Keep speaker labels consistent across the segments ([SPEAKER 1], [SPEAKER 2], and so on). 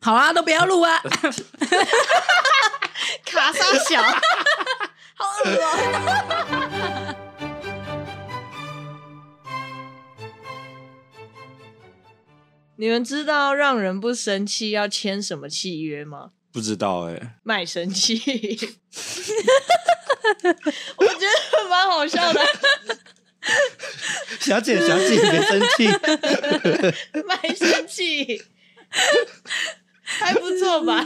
[SPEAKER 1] 好啊，都不要录 啊，
[SPEAKER 2] 卡萨小，
[SPEAKER 1] 好恶哦、
[SPEAKER 2] 你们知道让人不生气要签什么契约吗？
[SPEAKER 3] 不知道哎、
[SPEAKER 2] 卖身契，我觉得蛮好笑 的。
[SPEAKER 3] 小姐小姐别生气，
[SPEAKER 2] 卖身契还不错 吧？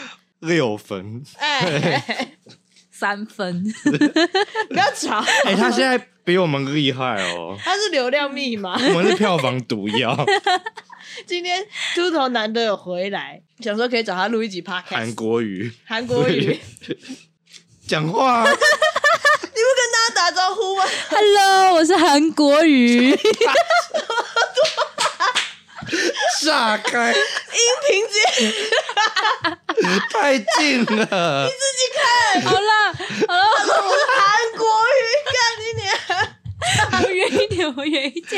[SPEAKER 3] 六分。
[SPEAKER 2] 哎，
[SPEAKER 1] 三分，
[SPEAKER 2] 不要吵，
[SPEAKER 3] 哎、他现在比我们厉害哦，
[SPEAKER 2] 它是流量密 码。
[SPEAKER 3] 我们是票房毒 药，
[SPEAKER 2] 今天秃头难得有回来，想说可以找他录一集 podcast，
[SPEAKER 3] 韩国语
[SPEAKER 2] 韩国 语，
[SPEAKER 3] 讲话、啊，
[SPEAKER 2] 大家打招呼啊！
[SPEAKER 1] Hello，我是韩国 瑜，
[SPEAKER 3] 炸开，
[SPEAKER 2] 音频节
[SPEAKER 3] 太近 了，
[SPEAKER 1] 好啦好啦，
[SPEAKER 2] 韩国语，干你娘！
[SPEAKER 1] 我远一点，我远一点，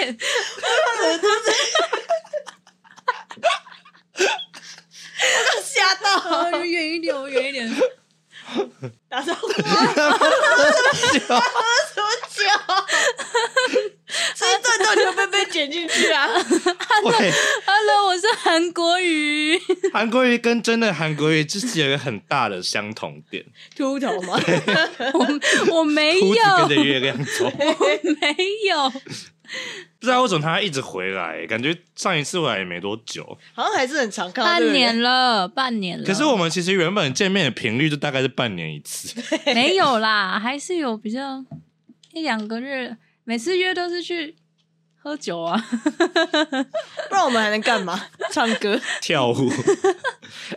[SPEAKER 2] 吓到，
[SPEAKER 1] 我远一点，我远一点，
[SPEAKER 2] 打招呼，
[SPEAKER 3] 笑
[SPEAKER 2] 喝什么酒？这一段到底会不会被剪进去啊？
[SPEAKER 3] 喂，
[SPEAKER 1] Hello，我是韩国 瑜，
[SPEAKER 3] 韩国语跟真的韩国语就是有一个很大的相同点，
[SPEAKER 2] 秃头吗？
[SPEAKER 1] 我没
[SPEAKER 3] 秃子跟着
[SPEAKER 1] 有，
[SPEAKER 3] 月亮走。
[SPEAKER 1] 没有，
[SPEAKER 3] 不知道为什么他一直回来，感觉上一次回来也没多久。
[SPEAKER 2] 好像还是很常看到
[SPEAKER 1] 半年
[SPEAKER 2] 了，
[SPEAKER 1] 了，半年了，
[SPEAKER 3] 可是我们其实原本见面的频率就大概是半年一次，
[SPEAKER 1] 没有啦，还是有比较一两个月，每次约都是去喝酒啊，
[SPEAKER 2] 不然我们还能干嘛？唱歌，
[SPEAKER 3] 跳 舞。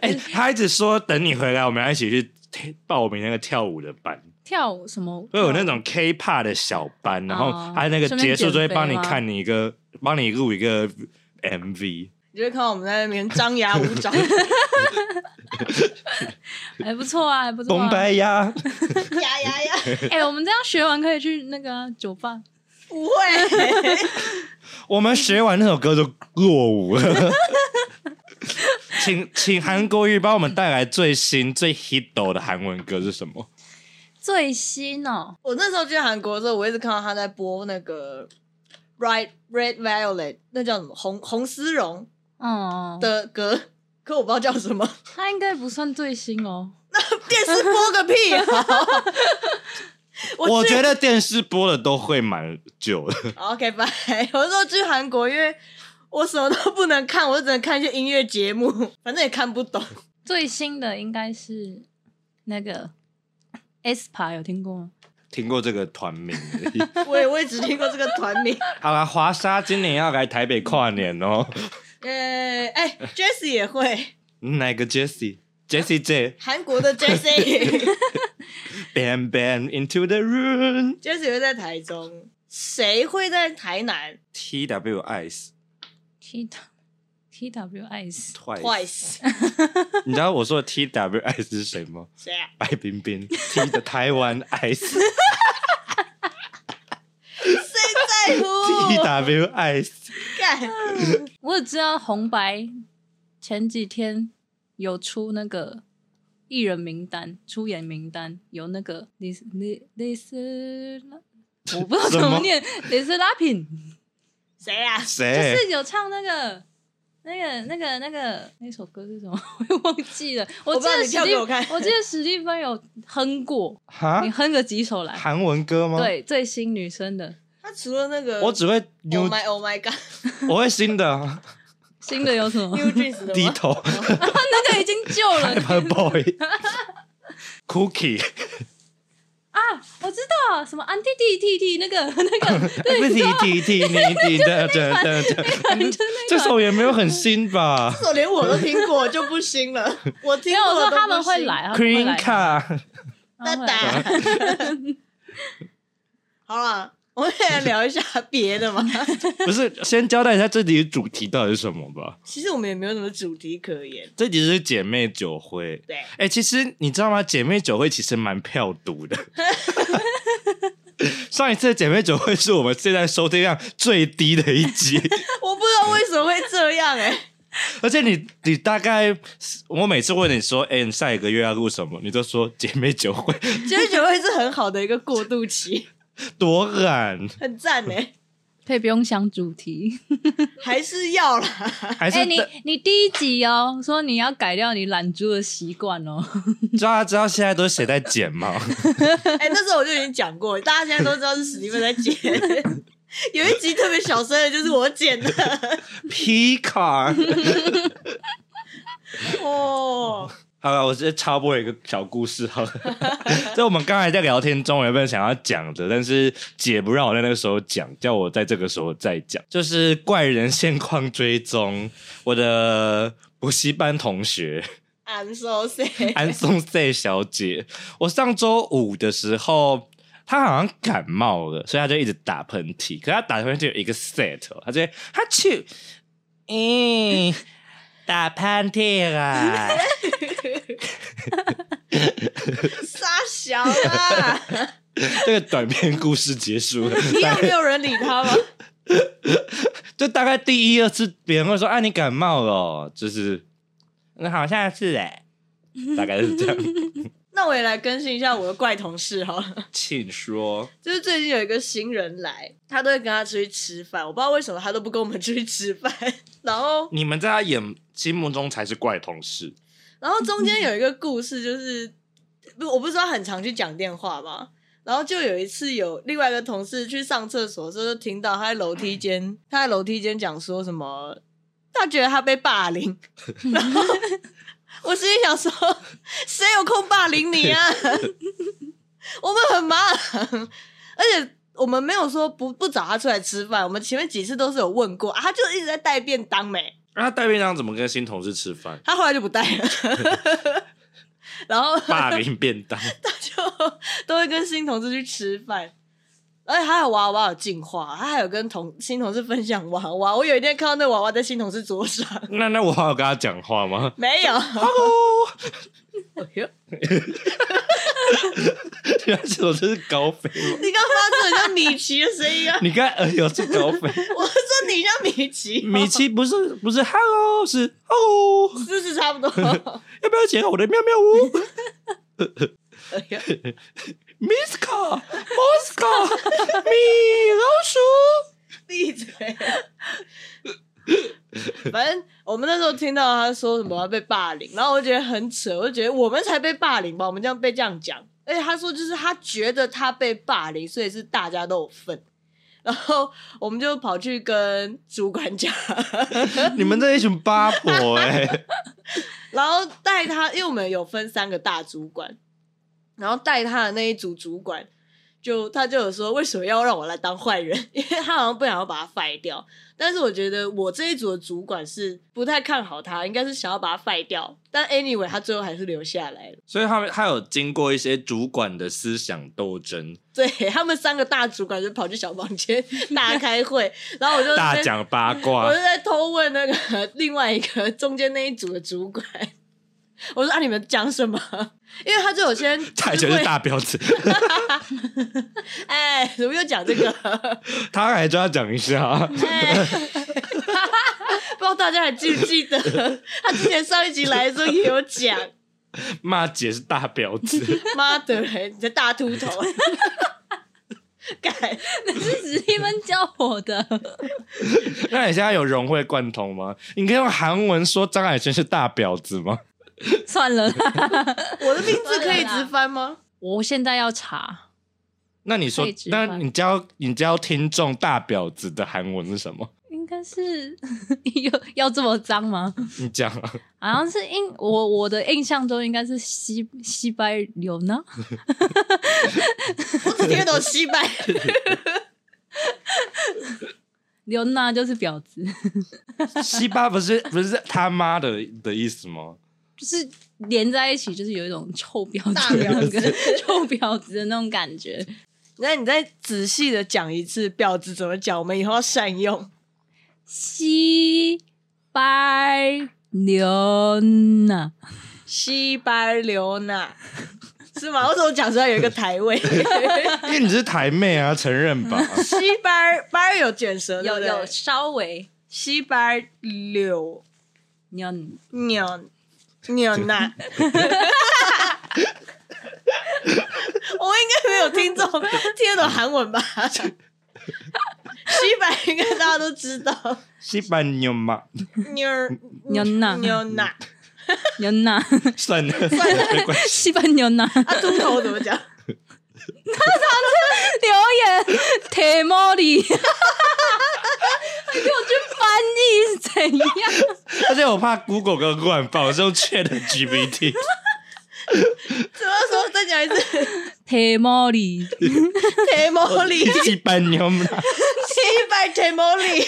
[SPEAKER 3] 哎、 他一直说等你回来，我们要一起去报名那个跳舞的班。
[SPEAKER 1] 跳舞什么，
[SPEAKER 3] 会有那种 K-pop 的小班，然后
[SPEAKER 1] 哦
[SPEAKER 3] 他那个结束就会帮
[SPEAKER 1] 顺便
[SPEAKER 3] 你
[SPEAKER 1] 减肥吗
[SPEAKER 3] 看你一个，帮你录一个 MV。
[SPEAKER 2] 你就会看到我们在那边张牙舞爪。
[SPEAKER 1] 还不错啊，还不错、
[SPEAKER 3] 崩
[SPEAKER 1] 啊。
[SPEAKER 3] 白呀，
[SPEAKER 2] 呀呀呀！
[SPEAKER 1] 哎、我们这样学完可以去那个啊、酒吧，
[SPEAKER 2] 不会，
[SPEAKER 3] 我们学完那首歌就落伍了。 请请韩国瑜帮我们带来最新最 hit 的韩文歌是什么？
[SPEAKER 1] 最新哦，
[SPEAKER 2] 我那时候去韩国的时候，我一直看到他在播那个。Right, Red Violet，那叫什么红红丝绒
[SPEAKER 1] 嗯，
[SPEAKER 2] 的歌，可我不知道叫什么，
[SPEAKER 1] 它应该不算最新哦。
[SPEAKER 2] 电视播个屁啊！
[SPEAKER 3] 我
[SPEAKER 2] 去
[SPEAKER 3] 觉得电视播的都会蛮久的。
[SPEAKER 2] OK，拜。 有时候去韩国，因为我什么都不能看，我就只能看一些音乐节目， 反正也看不懂。
[SPEAKER 1] 最新的应该是那个 SPA 有听过吗？
[SPEAKER 3] 听过这个团名而已？
[SPEAKER 2] 我也我也只听过这个团名。
[SPEAKER 3] 好啦，华莎今年要来台北跨年哦。
[SPEAKER 2] 呃，哎、j e s s e 也会，
[SPEAKER 3] 哪个 Jessie？Jessie J。
[SPEAKER 2] 韩国 的 Jesse，Jesse
[SPEAKER 3] Bam bam into the room。
[SPEAKER 2] i 会在台中，谁会在台南
[SPEAKER 3] T W Ice
[SPEAKER 1] T T W S，
[SPEAKER 3] twice。
[SPEAKER 2] ？Twice，
[SPEAKER 3] 你知道我说的 T W Ice 是谁吗？
[SPEAKER 2] 谁啊？
[SPEAKER 3] 白冰冰 T 的台湾 Ice，T
[SPEAKER 2] 谁在 乎？
[SPEAKER 3] W Ice。
[SPEAKER 2] 干，
[SPEAKER 1] 我只知道红白前几天有出那个艺人名单、出演名单，有那个李斯李李斯，我不知道怎
[SPEAKER 3] 什么
[SPEAKER 1] 么念李斯拉品。
[SPEAKER 2] 谁啊？
[SPEAKER 3] 谁
[SPEAKER 1] 就是有唱那个、那个、那个、那个那首歌是什么？ 我也忘记了。我
[SPEAKER 2] 我
[SPEAKER 1] 记
[SPEAKER 2] 不知道
[SPEAKER 1] 得
[SPEAKER 2] 你
[SPEAKER 1] 史
[SPEAKER 2] 跳
[SPEAKER 1] 蒂，
[SPEAKER 2] 给我看
[SPEAKER 1] 记得史蒂芬有哼过，
[SPEAKER 3] 哈
[SPEAKER 1] 你？哼个几首来？
[SPEAKER 3] 韩文歌啊吗？，
[SPEAKER 1] 对，最新女生的
[SPEAKER 2] 他除了那个，
[SPEAKER 3] 我只会
[SPEAKER 2] Oh
[SPEAKER 3] New，
[SPEAKER 2] my Oh my God？
[SPEAKER 3] 我会新的
[SPEAKER 1] 新的有什么
[SPEAKER 2] New Jeans 的
[SPEAKER 3] 低
[SPEAKER 2] 吗？
[SPEAKER 3] 头
[SPEAKER 1] 那个已经旧了
[SPEAKER 3] Hyper Boy。Cookie，
[SPEAKER 1] 啊！我知道什么 a n t i t t t 那个 那个，对，
[SPEAKER 3] 不提提提你你的的的
[SPEAKER 1] 就
[SPEAKER 3] 的，
[SPEAKER 1] 是那
[SPEAKER 3] 这
[SPEAKER 1] 个。
[SPEAKER 3] 首也没有很新吧
[SPEAKER 2] 这首连我都听过，就不新了。我听
[SPEAKER 1] 没有
[SPEAKER 2] 过
[SPEAKER 1] 我
[SPEAKER 2] 的
[SPEAKER 1] 说
[SPEAKER 2] 都
[SPEAKER 1] 他们
[SPEAKER 2] 不
[SPEAKER 1] 啊会
[SPEAKER 2] 新
[SPEAKER 1] 来，他们会
[SPEAKER 3] ？Green
[SPEAKER 1] 来，
[SPEAKER 3] Car，
[SPEAKER 1] 他们会来
[SPEAKER 2] 哒哒。 好了，我们来聊一下别的嘛。
[SPEAKER 3] 不是先交代一下这集的主题到底是什么吧？
[SPEAKER 2] 其实我们也没有什么主题可言，
[SPEAKER 3] 这集是姐妹酒会，
[SPEAKER 2] 对，
[SPEAKER 3] 哎、其实你知道吗？姐妹酒会其实蛮票 毒的。上一次的姐妹酒会是我们现在收听量最低的一集，
[SPEAKER 2] 我不知道为什么会这样哎、
[SPEAKER 3] 而且你你大概，我每次问你说，哎、你下一个月要录什么，你都说姐妹酒会，
[SPEAKER 2] 其实酒会是很好的一个过渡期，
[SPEAKER 3] 多懒，
[SPEAKER 2] 很赞呢、
[SPEAKER 1] 可以不用想主题。
[SPEAKER 2] 还是要啦。
[SPEAKER 3] 还
[SPEAKER 1] 哎、
[SPEAKER 3] 是
[SPEAKER 1] 你
[SPEAKER 3] 等
[SPEAKER 1] 你第一集哦，说你要改掉你懒猪的习惯哦。
[SPEAKER 3] 知道知道现在都是谁在剪吗？
[SPEAKER 2] 哎、那时候我就已经讲过，大家现在都知道是史蒂芬在剪。有一集特别小声的，就是我剪的
[SPEAKER 3] 皮卡。
[SPEAKER 2] 哦。
[SPEAKER 3] 好了，我直接插播一个小故事好了。 这我们刚才在聊天中原本想要讲的，但是姐不让我在那个时候讲，叫我在这个时候再讲。就是怪人现况追踪，我的补习班同学
[SPEAKER 2] I'm so sad。
[SPEAKER 3] 安松塞小姐，我上周五的时候。她好像感冒了，所以她就一直打喷嚏。可她打喷嚏有一个 set，哦她就会她去，嗯，打喷嚏啦。
[SPEAKER 2] 傻小啦，
[SPEAKER 3] 这个短片故事结 束了，
[SPEAKER 2] 一
[SPEAKER 3] 大
[SPEAKER 2] 样没
[SPEAKER 3] 概
[SPEAKER 2] 有人理他吗？
[SPEAKER 3] 就大概第一、二次，别人会说：“啊，你感冒了哦、就是嗯，好像是哎、 大概是这样。
[SPEAKER 2] 那我也来更新一下我的怪同事好了。
[SPEAKER 3] 请说，
[SPEAKER 2] 就是最近有一个新人来，他都会跟他出去吃饭，我不知道为什么他都不跟我们出去吃饭。 然后，
[SPEAKER 3] 你们在他眼心目中才是怪同事，
[SPEAKER 2] 然后中间有一个故事，就是不，我不是说他很常去讲电话嘛。然后就有一次有另外一个同事去上厕所的时候，就听到他在楼梯间，他在楼梯间讲说什么，他觉得他被霸凌。然后我心里想说，谁有空霸凌你啊？ 我们很忙，而且我们没有说不不找他出来吃饭，我们前面几次都是有问过啊，他就一直在带便当没、
[SPEAKER 3] 那他带便当怎么跟新同事吃饭？
[SPEAKER 2] 他后来就不带了。然后
[SPEAKER 3] 霸凌便当，
[SPEAKER 2] 就都会跟新同事去吃饭，而且他有娃娃有进化，他还有跟同新同事分享娃娃。我有一天看到那娃娃在新同事桌上，
[SPEAKER 3] 那那我还有跟他讲话吗？
[SPEAKER 2] 没有，
[SPEAKER 3] 哎原来这种就是高飞吗？
[SPEAKER 2] 你刚发出很像米奇的声 音啊！
[SPEAKER 3] 你刚才耳油是高飞，
[SPEAKER 2] 我说你像米奇，
[SPEAKER 3] 米奇不是不是 hello 是 hello，
[SPEAKER 2] 姿势差不多。
[SPEAKER 3] 要不要剪我的妙妙 屋？
[SPEAKER 2] 哎呀
[SPEAKER 3] Miska、Mosca、米 老鼠，
[SPEAKER 2] 闭嘴！反正我们那时候听到他说什么被霸凌，然后我就觉得很扯，我就觉得我们才被霸凌吧，我们这样被这样讲。而且他说就是他觉得他被霸凌，所以是大家都有份。然后我们就跑去跟主管讲，
[SPEAKER 3] 你们这一群八婆哎、
[SPEAKER 2] 然后带他，因为我们有分三个大主管，然后带他的那一组主管，就他就有说为什么要让我来当坏人， 因为他好像不想要把他废掉。但是我觉得我这一组的主管是不太看好他，应该是想要把他废掉。但 anyway，他最后还是留下来了。
[SPEAKER 3] 所以他们他有经过一些主管的思想斗争，
[SPEAKER 2] 对他们三个大主管就跑去小房间 大开会，然后我就在
[SPEAKER 3] 大讲八卦
[SPEAKER 2] 我就。在偷问那个 另外一个中间那一组的主管， 我说啊，你们讲什么？因为他就有先
[SPEAKER 3] 蔡全是大婊 子，
[SPEAKER 2] 哎，怎么又讲这个？
[SPEAKER 3] 他还就要讲一下，
[SPEAKER 2] 哎，不知道大家还记不记得，他之前上一集来的时候也有讲，
[SPEAKER 3] 骂姐是大婊 子，
[SPEAKER 2] 妈的嘞，你这大秃头， 改
[SPEAKER 1] 是史蒂芬教我的，
[SPEAKER 3] 那你现在有融会贯通吗？你可以用韩文说张海轩是大婊子吗？
[SPEAKER 1] 算了啦。
[SPEAKER 2] 我的名字可以直翻吗？
[SPEAKER 1] 我现在要查，
[SPEAKER 3] 那你说
[SPEAKER 1] 可以，直翻
[SPEAKER 3] 那你教你教听众大婊子的韩文是什么？
[SPEAKER 1] 应该是 要要这么脏吗？
[SPEAKER 3] 你讲、啊，
[SPEAKER 1] 好像是印我我的印象中应该是西西白流呢，
[SPEAKER 2] 我只听得懂西班牙语
[SPEAKER 1] 流娜就是婊子，
[SPEAKER 3] 西巴不是不是他妈的的意思 吗？
[SPEAKER 1] 就是连在一起，就是有一种臭婊
[SPEAKER 2] 大
[SPEAKER 1] 子的那
[SPEAKER 2] 婊
[SPEAKER 1] 个臭婊子的那种感觉。
[SPEAKER 2] 那你再仔细的讲一次“婊子”怎么讲，我们以后要善用。
[SPEAKER 1] 西白流娜，
[SPEAKER 2] 西班流娜 是吗？我怎么讲出来有一个台位？
[SPEAKER 3] 因为你是台妹啊，承认 吧？
[SPEAKER 2] 西班班有卷舌，对
[SPEAKER 1] 有
[SPEAKER 2] 不对
[SPEAKER 1] 有稍微
[SPEAKER 2] 西班柳
[SPEAKER 1] 你要
[SPEAKER 2] 鸟鸟奶。我应该没有听众听得懂韩文吧？西版应该大家都知道，
[SPEAKER 3] 西班牙嘛，
[SPEAKER 2] 妞儿
[SPEAKER 1] 牛奶
[SPEAKER 2] 妞奶
[SPEAKER 1] 牛奶，
[SPEAKER 3] 算了 算了，没关 系。
[SPEAKER 1] 西班牙牛奶。
[SPEAKER 2] 啊，秃头怎么讲？
[SPEAKER 1] 留言铁莫里，哎你给我去翻译是怎样？
[SPEAKER 3] 而且我怕 Google 给我乱报，我是用 Chat GPT。
[SPEAKER 2] 怎么说？再讲一次，
[SPEAKER 1] 铁莫里，
[SPEAKER 2] 铁毛里，
[SPEAKER 3] 西班牙嘛，
[SPEAKER 2] 西版铁毛里，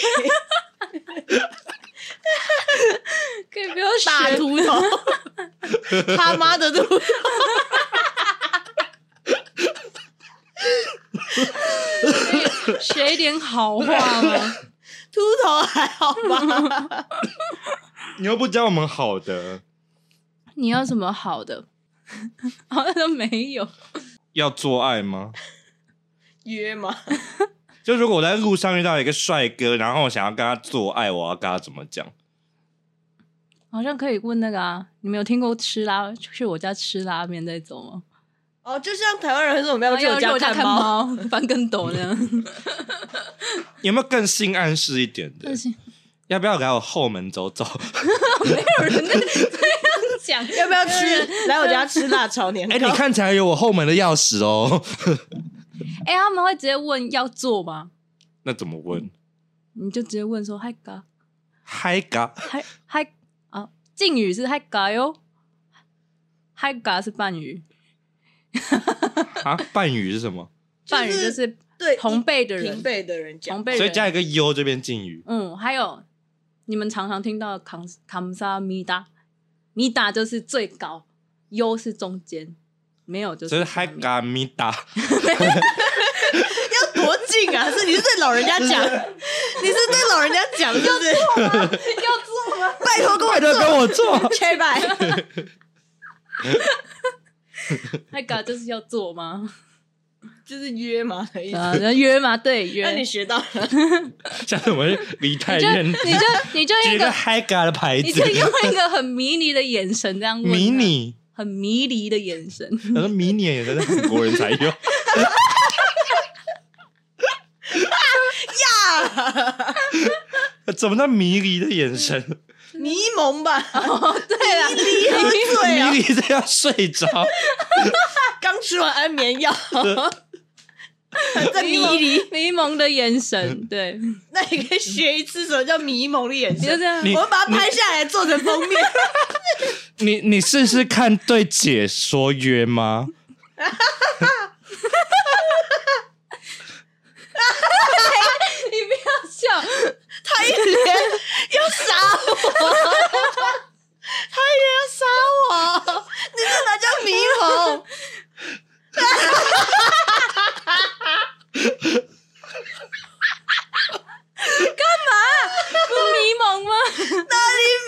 [SPEAKER 1] 可以不要
[SPEAKER 2] 大
[SPEAKER 1] 学
[SPEAKER 2] 秃头，他妈的秃头，
[SPEAKER 1] 学一点好话吗？
[SPEAKER 2] 秃头还好吧？
[SPEAKER 3] 你又不教我们好的，
[SPEAKER 1] 你要什么好的？好像都没有。
[SPEAKER 3] 要做爱吗？
[SPEAKER 2] 约吗？
[SPEAKER 3] 就如果我在路上遇到一个帅哥，然后我想要跟他做爱，我要跟他怎么讲？
[SPEAKER 1] 好像可以问那个啊，你们有听过吃拉去我家吃拉面那种吗？
[SPEAKER 2] 哦，就像台湾人为什么要去
[SPEAKER 1] 哦要
[SPEAKER 2] 我家
[SPEAKER 1] 家
[SPEAKER 2] 看猫？
[SPEAKER 1] 猫，翻跟斗那样。
[SPEAKER 3] 有没有更性暗示一点的
[SPEAKER 1] 但？ 是
[SPEAKER 3] 要不要来我后门走走？
[SPEAKER 1] 没有人在这样讲，
[SPEAKER 2] 要不要吃？来我家吃辣炒年糕。
[SPEAKER 3] 哎、你看起来有我后门的钥匙 哦，
[SPEAKER 1] 哎、他们会直接问要做吗？
[SPEAKER 3] 那怎么问？
[SPEAKER 1] 你就直接问说嗨嘎
[SPEAKER 3] 嗨嘎，
[SPEAKER 1] 嗨嗨啊，敬语是嗨嘎哟，嗨嘎是半语，
[SPEAKER 3] 啊，半语是什么？
[SPEAKER 1] 半语就是
[SPEAKER 2] 对
[SPEAKER 1] 同辈的
[SPEAKER 2] 平
[SPEAKER 1] 人，
[SPEAKER 2] 辈的人讲
[SPEAKER 1] 同，辈
[SPEAKER 3] 所以
[SPEAKER 1] 人。
[SPEAKER 3] 加一个 U 这边敬语。
[SPEAKER 1] 嗯，还有你们常常听到康康萨米达，米达就是最高，优是中间，没有就
[SPEAKER 3] 所以
[SPEAKER 1] 是
[SPEAKER 3] 嗨
[SPEAKER 1] 上面
[SPEAKER 3] 嘎咪哒，
[SPEAKER 2] 要多近啊！是你是对老人家讲，你是对老人家讲，是不是？
[SPEAKER 1] 要做吗？
[SPEAKER 2] 拜托跟我
[SPEAKER 3] 快点跟我做。
[SPEAKER 2] K 拜，
[SPEAKER 1] 嗨嘎就是要做吗？
[SPEAKER 2] 就是约嘛的意思。
[SPEAKER 1] 啊，人约吗？对，约。
[SPEAKER 2] 那你学到了，
[SPEAKER 3] 下次我们离太
[SPEAKER 1] 就
[SPEAKER 3] 远，
[SPEAKER 1] 你就你就用
[SPEAKER 3] 举
[SPEAKER 1] 一
[SPEAKER 3] 一个
[SPEAKER 1] 个，
[SPEAKER 3] 嗨嘎的牌
[SPEAKER 1] 你就
[SPEAKER 3] 子，
[SPEAKER 1] 用一个很迷离的眼神这样问他，
[SPEAKER 3] 迷你，
[SPEAKER 1] 很迷离的眼 神，
[SPEAKER 3] 我说迷你也是韩国人才用，
[SPEAKER 2] 啊
[SPEAKER 3] 怎么那迷离的眼神？
[SPEAKER 2] 柠檬吧，
[SPEAKER 1] 哦对啦，
[SPEAKER 2] 你喝醉啊
[SPEAKER 3] 迷，离的要睡着，
[SPEAKER 2] 刚吃完安眠药，在迷离。
[SPEAKER 1] 迷蒙的眼神，对，你
[SPEAKER 2] 那你可以学一次什么叫迷蒙的眼
[SPEAKER 1] 就
[SPEAKER 2] 神
[SPEAKER 1] 这，样
[SPEAKER 3] 你
[SPEAKER 2] 我们把它拍下来做成封 面。
[SPEAKER 3] 你你试试看对解说约吗？
[SPEAKER 1] 你不要笑，
[SPEAKER 2] 他一脸要杀我，他一脸要杀我，你这哪叫迷蒙？
[SPEAKER 1] 不迷蒙吗？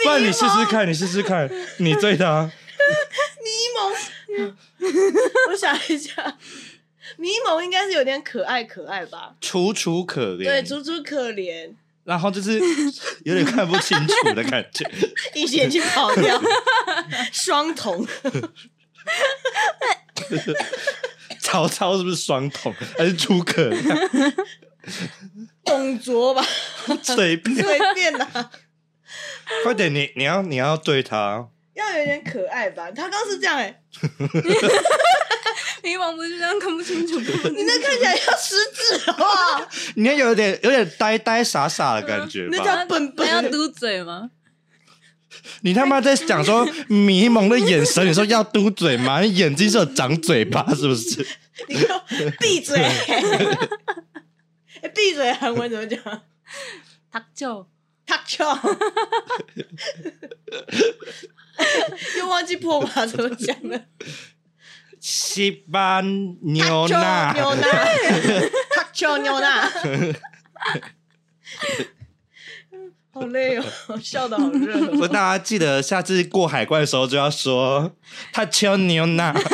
[SPEAKER 3] 不然你试试看，你试试看，你对他
[SPEAKER 2] 迷蒙， 我想一下，迷蒙应该是有点可爱可爱吧？
[SPEAKER 3] 楚楚可怜，
[SPEAKER 2] 对，楚楚可怜，
[SPEAKER 3] 然后就是有点看不清楚的感觉。
[SPEAKER 2] 一眼睛跑掉， 双瞳，
[SPEAKER 3] 曹 操是不是双瞳还是诸葛亮？
[SPEAKER 2] 董卓吧，
[SPEAKER 3] 随便，
[SPEAKER 2] 随便啦、
[SPEAKER 3] 快点，你你要你要对他，
[SPEAKER 2] 要有点可爱吧？他刚是这样哎、
[SPEAKER 1] 迷蒙不是这样看不清楚，
[SPEAKER 2] 你那看起来要哦失智好不好？
[SPEAKER 3] 你要有点有点呆呆傻傻的感觉
[SPEAKER 2] 那
[SPEAKER 3] 吧
[SPEAKER 2] 叫？笨
[SPEAKER 1] 你要
[SPEAKER 2] 笨，
[SPEAKER 1] 嘟嘴吗？
[SPEAKER 3] 你他妈在讲说迷蒙的眼神，你说要嘟嘴吗？你眼睛是有长嘴巴是不是？
[SPEAKER 2] 你给我闭嘴！ 哎闭嘴，韩文怎么讲？
[SPEAKER 1] 他就
[SPEAKER 2] 他叫， 又忘记破马怎么讲了。
[SPEAKER 3] 西班牛
[SPEAKER 2] 塔
[SPEAKER 3] 奶
[SPEAKER 2] 丘牛奶，他叫牛奶，好累哦，笑的好热哦。
[SPEAKER 3] 所以大家记得下次过海关的时候就要说“他丘牛娜”，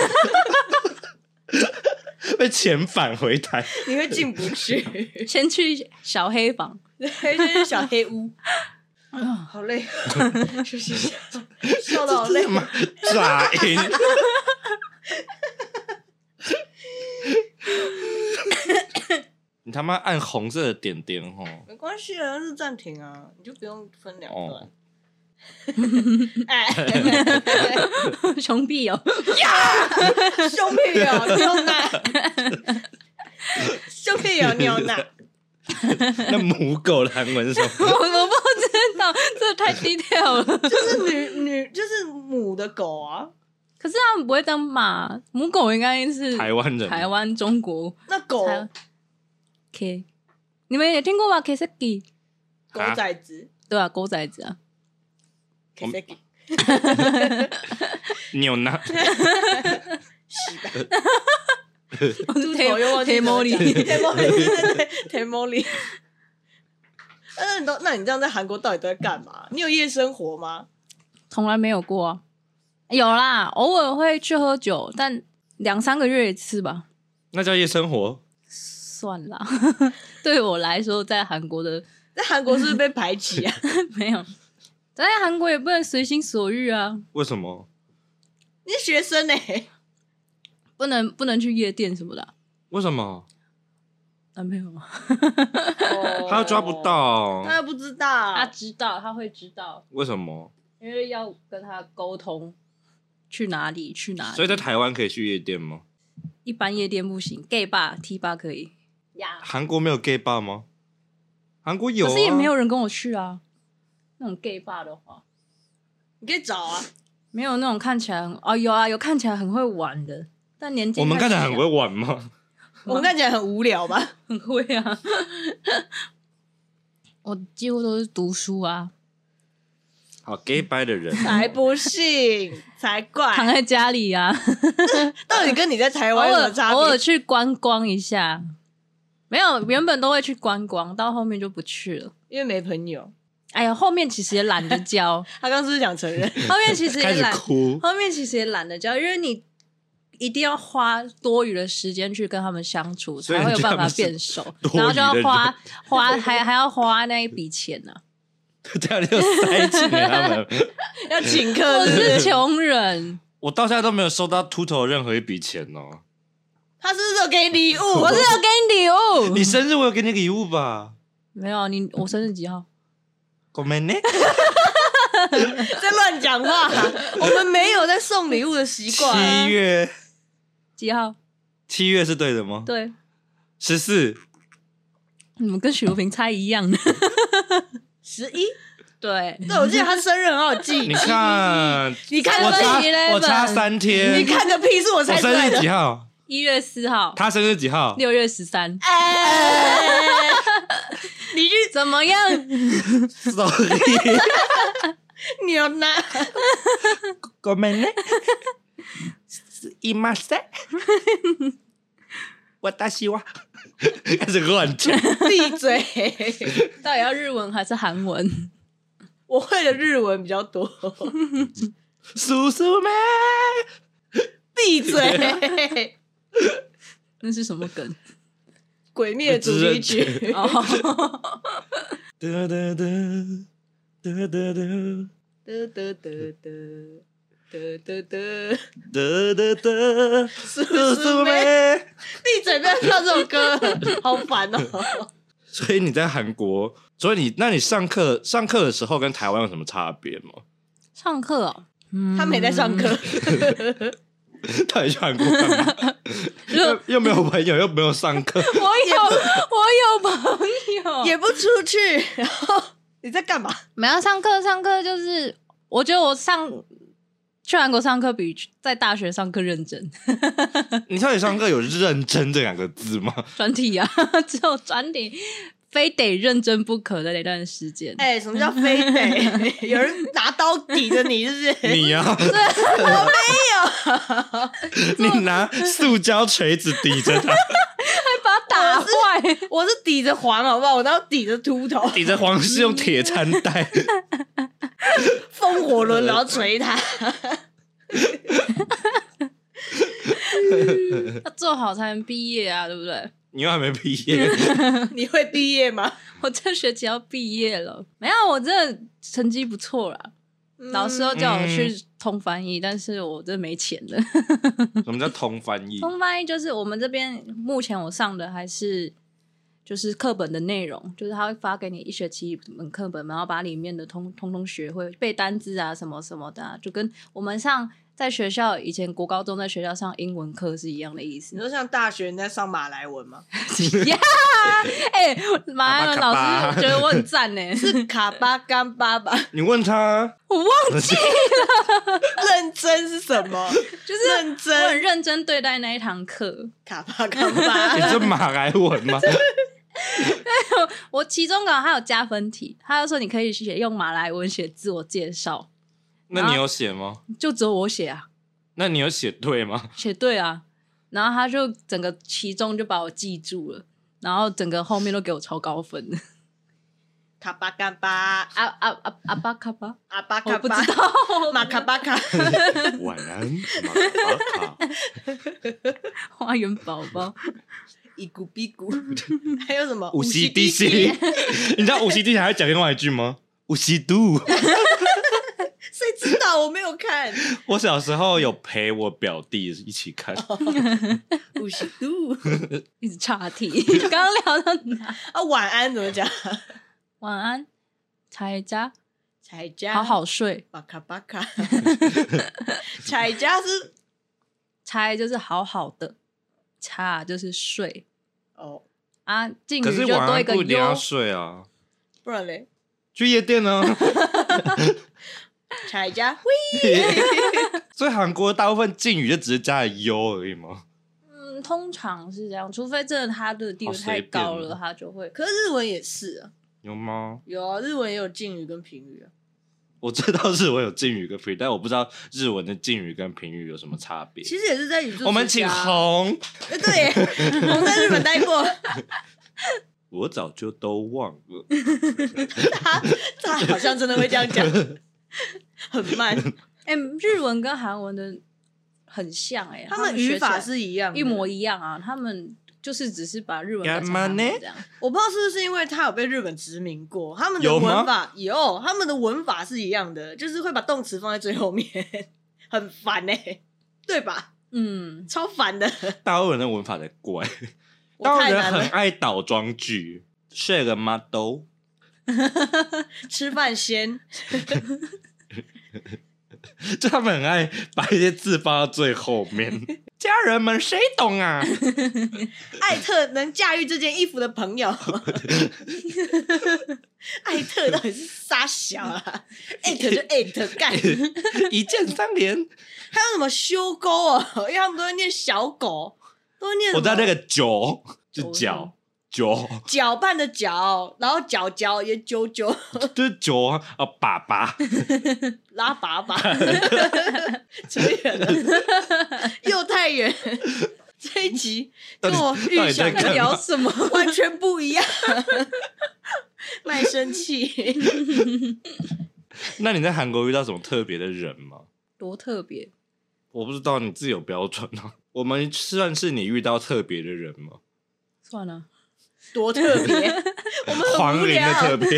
[SPEAKER 3] 被遣返回台。
[SPEAKER 2] 你 会进不去，
[SPEAKER 1] 先去小黑房，
[SPEAKER 2] 黑就是小黑屋。好累，哦 休息一下，笑到好累哦
[SPEAKER 3] 什。么杂音？ 你他妈按红色的点点哦！
[SPEAKER 2] 没关系啊，是暂停啊，你就不用分两段
[SPEAKER 3] 哦。
[SPEAKER 2] 哎，
[SPEAKER 1] 穷屁哦，
[SPEAKER 2] 胸屁有牛奶，胸屁有牛奶，
[SPEAKER 3] 那母狗的韩文是什么？
[SPEAKER 1] 我我不知道，这太 detail 了。
[SPEAKER 2] 就是女女就是母的狗啊，
[SPEAKER 1] 可是他们不会这样骂，母狗应该是
[SPEAKER 3] 台湾人，
[SPEAKER 1] 台湾、中国、
[SPEAKER 2] 那狗
[SPEAKER 1] 台 K，你们也听过吧？K s k
[SPEAKER 2] 狗崽子，
[SPEAKER 1] 对啊，狗崽子啊，
[SPEAKER 3] 我们
[SPEAKER 2] Kiseki
[SPEAKER 3] 牛奶。
[SPEAKER 2] 猪头又忘记
[SPEAKER 1] 黑猫里
[SPEAKER 2] Temoli，对对 对，Temoli。那你都，那你这样在韩国到底都在干嘛？你有夜生活吗？
[SPEAKER 1] 从来没有过啊，有啦，偶尔会去喝酒，但两三个月一次吧，
[SPEAKER 3] 那叫夜生活，
[SPEAKER 1] 算啦。 对我来说，在韩国的
[SPEAKER 2] 在韩国是不是被排挤啊？
[SPEAKER 1] 没有，在韩国也不能随心所欲啊，
[SPEAKER 3] 为什么？
[SPEAKER 2] 你是学生呢、欸
[SPEAKER 1] 不能不能去夜店什么的啊、
[SPEAKER 3] 为什么？
[SPEAKER 1] 男朋友吗？
[SPEAKER 3] 他又抓不，到，
[SPEAKER 2] 他又不知道。啊
[SPEAKER 1] 他知道，他会知道，
[SPEAKER 3] 为什么？
[SPEAKER 1] 因为要跟他沟通去哪里去哪里。
[SPEAKER 3] 所以在台湾可以去夜店吗？
[SPEAKER 1] 一般夜店不行，gay bar、T bar 可以呀，
[SPEAKER 3] 韩国没有 gay bar 吗？韩国有、
[SPEAKER 1] 可
[SPEAKER 3] 啊，
[SPEAKER 1] 是也没有人跟我去啊。那种 gay bar 的话，
[SPEAKER 2] 你可以找啊，
[SPEAKER 1] 没有那种看起来很哦，有啊，有看起来很会玩的，但年纪
[SPEAKER 3] 我们
[SPEAKER 1] 太
[SPEAKER 3] 看起来
[SPEAKER 1] 小
[SPEAKER 3] 很会玩吗？
[SPEAKER 2] 我们看起来很无聊吧？
[SPEAKER 1] 很会啊。 我几乎都是读书啊，
[SPEAKER 3] 好 gay bye 的人，
[SPEAKER 2] 才不 信，才
[SPEAKER 1] 躺
[SPEAKER 2] 怪！
[SPEAKER 1] 在家里 啊，
[SPEAKER 2] 到底跟你在台
[SPEAKER 1] 偶
[SPEAKER 2] 湾有什
[SPEAKER 1] 尔
[SPEAKER 2] 么差
[SPEAKER 1] 偶尔
[SPEAKER 2] 别？
[SPEAKER 1] 去观光一下。没有，原本都会去观光，到后面就不去了。
[SPEAKER 2] 因为没朋友。
[SPEAKER 1] 哎呀，后面其实也懒得 交，
[SPEAKER 2] 他刚刚是不是讲承认？
[SPEAKER 1] 后面其实也
[SPEAKER 3] 开始
[SPEAKER 1] 懒，
[SPEAKER 3] 哭，
[SPEAKER 1] 后面其实也懒得教，因为你一定要花多余的时间去跟他们相处，
[SPEAKER 3] 所以
[SPEAKER 1] 才会
[SPEAKER 3] 你
[SPEAKER 1] 有
[SPEAKER 3] 觉得
[SPEAKER 1] 办
[SPEAKER 3] 他
[SPEAKER 1] 法
[SPEAKER 3] 们是
[SPEAKER 1] 变熟，
[SPEAKER 3] 多
[SPEAKER 1] 然后就要
[SPEAKER 3] 余的人
[SPEAKER 1] 花花还还要花那一笔钱呢、
[SPEAKER 3] 这样就塞进了他们。
[SPEAKER 2] 要请
[SPEAKER 1] 我
[SPEAKER 2] 客是不
[SPEAKER 1] 是
[SPEAKER 2] 是？
[SPEAKER 1] 穷人，
[SPEAKER 3] 我到现在都没有收到秃头任何一笔钱哦。
[SPEAKER 2] 他是不是有给你礼物？
[SPEAKER 1] 我
[SPEAKER 2] 我
[SPEAKER 1] 是
[SPEAKER 2] 是
[SPEAKER 1] 要给你礼
[SPEAKER 3] 你
[SPEAKER 1] 物。
[SPEAKER 3] 生日我有给你礼物吧？
[SPEAKER 1] 没有啊你，我生日几号？
[SPEAKER 3] 我们呢？
[SPEAKER 2] 在乱讲 话、我们没有在送礼物的习惯、啊。
[SPEAKER 3] 七月，
[SPEAKER 1] 几号？
[SPEAKER 3] 七月是对的吗？
[SPEAKER 1] 对，
[SPEAKER 3] 十四，
[SPEAKER 1] 你们跟许茹萍猜一样的。
[SPEAKER 2] 十一，
[SPEAKER 1] 对，
[SPEAKER 2] 对我记得他生日很好记。
[SPEAKER 3] 你看，
[SPEAKER 2] 你看
[SPEAKER 3] 我
[SPEAKER 2] 个
[SPEAKER 3] 差
[SPEAKER 2] 屁，
[SPEAKER 1] 11
[SPEAKER 3] 我差三
[SPEAKER 2] 你
[SPEAKER 3] 天，
[SPEAKER 2] 看个屁，是我
[SPEAKER 3] 我
[SPEAKER 2] 猜出
[SPEAKER 3] 生
[SPEAKER 2] 来
[SPEAKER 3] 日
[SPEAKER 2] 的
[SPEAKER 3] 几。号？
[SPEAKER 1] 一月四号，
[SPEAKER 3] 他生日几号？
[SPEAKER 1] 六月十三。
[SPEAKER 2] 哎，
[SPEAKER 1] 你去怎么样？
[SPEAKER 3] Sorry，
[SPEAKER 2] 牛奶，
[SPEAKER 3] 我们呢？一马三，我大西瓜，开始乱讲。
[SPEAKER 2] 闭嘴！
[SPEAKER 1] 到底要日文还是韩文？
[SPEAKER 2] 我会的日文比较多。
[SPEAKER 3] 叔叔们，
[SPEAKER 2] 闭嘴！
[SPEAKER 1] 那是什么梗？
[SPEAKER 2] 鬼灭主题曲，
[SPEAKER 1] 哦，
[SPEAKER 3] 哒哒哒哒哒哒。
[SPEAKER 2] 得得得得得得得，
[SPEAKER 3] 得得得，
[SPEAKER 2] 叔
[SPEAKER 3] 得
[SPEAKER 2] 叔妹，
[SPEAKER 3] 妹。
[SPEAKER 2] 闭嘴！不要唱这首 歌，好烦哦。
[SPEAKER 3] 所以你在韩国，所以你那你上课上课的时候跟台湾有什么差别吗？
[SPEAKER 1] 上课哦。
[SPEAKER 2] 他没在上课，
[SPEAKER 3] 到底去韩国干 嘛？又又没有朋友，又没有上课，
[SPEAKER 1] 我有，我有朋友
[SPEAKER 2] 也不出去，然后你在干嘛？
[SPEAKER 1] 没有上课，上课就是我觉得我上去韩国上课比在大学上课认真，
[SPEAKER 3] 你到底上课有认真这两个字吗？
[SPEAKER 1] 专题啊，只有专题非得认真不可的那段时间。
[SPEAKER 2] 哎、什么叫非得？ 有人拿刀抵着你，是 不是？
[SPEAKER 3] 你呀、我没 有，你拿塑胶锤子抵着 他，
[SPEAKER 1] 把他打坏，
[SPEAKER 2] 我是抵着黄，好不好？我都要抵着秃头，
[SPEAKER 3] 抵着黄是用铁餐带，
[SPEAKER 2] 风火轮，然后捶 他。
[SPEAKER 1] 要做好才能毕业啊，对不对？
[SPEAKER 3] 你又还没毕业，
[SPEAKER 2] 你会毕业吗？
[SPEAKER 1] 我这学期要毕业了，没有，我这成绩不错啦。老师
[SPEAKER 2] 嗯
[SPEAKER 1] 都叫我去通翻译，但是我这没钱了。
[SPEAKER 3] 什么叫通翻译？
[SPEAKER 1] 通翻译就是我们这边目前我上的还是就是课本的内容，就是他会发给你一学期一本课本，然后把里面的通通通学会背单字啊什么什么的、啊，就跟我们上在学校以前国高中在学校上英文课是一样的意
[SPEAKER 2] 你
[SPEAKER 3] 嗯
[SPEAKER 1] 思。
[SPEAKER 2] 说像大学你在上马来文吗？
[SPEAKER 1] 呀，哎，马来文老
[SPEAKER 3] 阿巴卡巴
[SPEAKER 1] 师觉得我很赞呢、
[SPEAKER 2] 是卡巴干巴吧？
[SPEAKER 3] 你问他，
[SPEAKER 1] 我忘
[SPEAKER 2] 认真是什么？
[SPEAKER 1] 就是我
[SPEAKER 2] 认
[SPEAKER 1] 很
[SPEAKER 2] 真
[SPEAKER 1] 认真对待那一堂课。
[SPEAKER 2] 卡巴干
[SPEAKER 3] 你
[SPEAKER 2] 巴。
[SPEAKER 3] 是马来文吗？
[SPEAKER 1] 我期中考还有加分题，他就说你可以写用马来文写自我介绍，
[SPEAKER 3] 那你有写吗？
[SPEAKER 1] 就只有我写啊，
[SPEAKER 3] 那你有写对吗？
[SPEAKER 1] 写对啊，然后他就整个期中就把我记住了，然后整个后面都给我超高分的，
[SPEAKER 2] 卡巴干 巴，
[SPEAKER 1] 啊啊啊啊巴卡巴，
[SPEAKER 2] 阿巴
[SPEAKER 1] 我
[SPEAKER 2] 卡
[SPEAKER 1] 不
[SPEAKER 2] 巴
[SPEAKER 1] 知，道，
[SPEAKER 2] 马卡巴 卡。
[SPEAKER 3] 晚安，马卡卡。
[SPEAKER 1] 花园宝宝，
[SPEAKER 2] 一股比股，还有什么
[SPEAKER 3] 五息地心？你知道五息地心还会讲另外一句吗？ 五息度。
[SPEAKER 2] 谁知道？我没有看
[SPEAKER 3] 我小时候有陪我表弟一起看，
[SPEAKER 2] 五十度
[SPEAKER 1] 一直岔题，刚刚聊到哪？
[SPEAKER 2] 啊！晚安怎么讲？
[SPEAKER 1] 晚安，彩家，
[SPEAKER 2] 彩家
[SPEAKER 1] 好好睡，
[SPEAKER 2] 巴卡巴卡，彩家是
[SPEAKER 1] 彩就是好好的，茶就是睡
[SPEAKER 2] 哦，
[SPEAKER 1] 啊，敬
[SPEAKER 3] 可是
[SPEAKER 1] 语就
[SPEAKER 3] 晚
[SPEAKER 1] 多一
[SPEAKER 3] 安
[SPEAKER 1] 个
[SPEAKER 3] 不一定要
[SPEAKER 1] 优。
[SPEAKER 3] 睡啊，
[SPEAKER 2] 不然嘞，
[SPEAKER 3] 去夜店啊呢、
[SPEAKER 2] 彩家会
[SPEAKER 3] 所以韩国大部分敬语就只是加了 “u” 而已吗？
[SPEAKER 1] 嗯，通常是这样，除非真的他的地位
[SPEAKER 3] 好随
[SPEAKER 1] 太高
[SPEAKER 3] 便
[SPEAKER 1] 了，
[SPEAKER 3] 哦
[SPEAKER 1] 他就会。
[SPEAKER 2] 可是日文也是啊，
[SPEAKER 3] 有吗？
[SPEAKER 2] 有啊，日文也有敬语跟平 语啊。
[SPEAKER 3] 我知道日文有敬语跟评语，但我不知道日文的敬语跟评语有什么差别。
[SPEAKER 2] 其实也是在宇宙之家啊。
[SPEAKER 3] 我们请红，
[SPEAKER 2] 哎对耶，我在日本待过，
[SPEAKER 3] 我早就都忘了。
[SPEAKER 2] 他好像真的会这样讲，很慢，
[SPEAKER 1] 哎、日文跟韩文的很像哎、
[SPEAKER 2] 他
[SPEAKER 1] 们
[SPEAKER 2] 们语
[SPEAKER 1] 学起
[SPEAKER 2] 法
[SPEAKER 1] 来
[SPEAKER 2] 是一样的，
[SPEAKER 1] 一模一样啊，他们就是只是把日文改成
[SPEAKER 3] 干嘛
[SPEAKER 1] 韩文
[SPEAKER 3] 呢
[SPEAKER 1] 这样。
[SPEAKER 2] 我不知道是不是因为他有被日本殖民过，他们的
[SPEAKER 3] 有吗
[SPEAKER 2] 文法有他们的文法是一样的，就是会把动词放在最后面，很烦呢、对吧？
[SPEAKER 1] 嗯，
[SPEAKER 2] 超烦的，
[SPEAKER 3] 大陆人的文法才怪，
[SPEAKER 2] 我
[SPEAKER 3] 大陆
[SPEAKER 2] 太
[SPEAKER 3] 人
[SPEAKER 2] 难
[SPEAKER 3] 很
[SPEAKER 2] 了。
[SPEAKER 3] 爱倒装句，睡了吗？都
[SPEAKER 2] 吃饭先，
[SPEAKER 3] 就他们很爱把一些字放到最后 面。家人们，谁懂啊？
[SPEAKER 2] 艾特能驾驭这件衣服的朋友，艾特到底是傻小啊？艾特就艾特干，还
[SPEAKER 3] 一键三连。
[SPEAKER 2] 有什么修沟哦？因为他们都会念小狗，都会念什
[SPEAKER 3] 我
[SPEAKER 2] 么
[SPEAKER 3] 知道那个九是
[SPEAKER 1] 九是什么
[SPEAKER 2] 哦
[SPEAKER 3] 脚九，
[SPEAKER 2] 搅拌的搅，然后搅搅也啾啾。
[SPEAKER 3] 就是九啊，啊爸 爸，
[SPEAKER 2] 拉粑粑， 扯远了， 又太远。这一集跟我预想
[SPEAKER 3] 到底在干
[SPEAKER 2] 的
[SPEAKER 3] 嘛
[SPEAKER 2] 聊
[SPEAKER 1] 聊什么？
[SPEAKER 2] 完全不一样，卖身 契。
[SPEAKER 3] 那你在韩国遇到什么特别的人吗？
[SPEAKER 1] 多特别？
[SPEAKER 3] 我不知道你自己有标准啊。我们算是你遇到特别的人吗？
[SPEAKER 1] 算了，
[SPEAKER 2] 多特别，我们
[SPEAKER 3] 黄
[SPEAKER 2] 很无
[SPEAKER 3] 龄的
[SPEAKER 2] 聊。
[SPEAKER 3] 特别，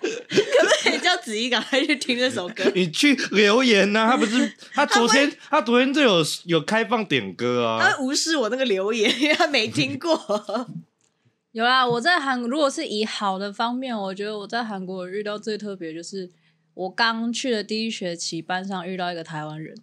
[SPEAKER 2] 可以叫子怡赶快去听这首 歌。
[SPEAKER 3] 你去留 言呐、啊！他不是他昨天他昨天就有有开放点歌
[SPEAKER 2] 他
[SPEAKER 3] 啊，
[SPEAKER 2] 会无视我那个留言，因为他没听过。
[SPEAKER 1] 有啦。我在韩，如果是以好的方面，我觉得我在韩国遇到最特别就是我刚去的第一学期，班上遇到一个台湾人。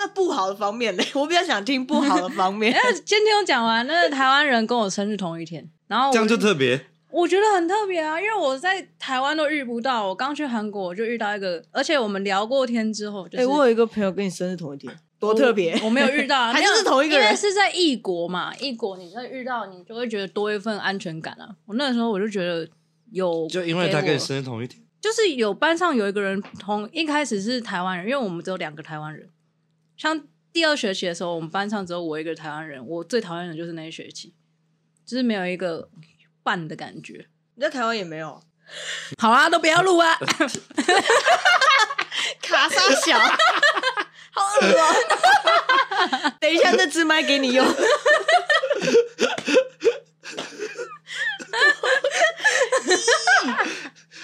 [SPEAKER 2] 那不好的方面嘞，我比较想听不好的方 面
[SPEAKER 1] 哎。，先听我讲完，那个台湾人跟我生日同一天，然后我
[SPEAKER 3] 这样就特别。
[SPEAKER 1] 我觉得很特别啊，因为我在台湾都遇不到，我刚去韩国我就遇到一个，而且我们聊过天之后，就是、
[SPEAKER 2] 哎有一个朋友跟你生日同一天，多
[SPEAKER 1] 我
[SPEAKER 2] 特别。
[SPEAKER 1] 我没有遇到、啊，
[SPEAKER 2] 还就是同一个人
[SPEAKER 1] 因为是在异国嘛，异国你会遇到，你就会觉得多一份安全感啊。我那时候我就觉得有，
[SPEAKER 3] 就因为他
[SPEAKER 1] 给
[SPEAKER 3] 跟
[SPEAKER 1] 我
[SPEAKER 3] 你生日同一天，
[SPEAKER 1] 就是有班上有一个人同一开始是台湾人，因为我们只有两个台湾人。像第二学期的时候，我们班上只有我一个台湾人，我最讨厌的就是那一学期，就是没有一个伴的感觉。
[SPEAKER 2] 你在台湾也没有
[SPEAKER 1] 好啦，都不要录啊！
[SPEAKER 2] 卡沙小， 好 恶哦、等一下，那支麦给你用。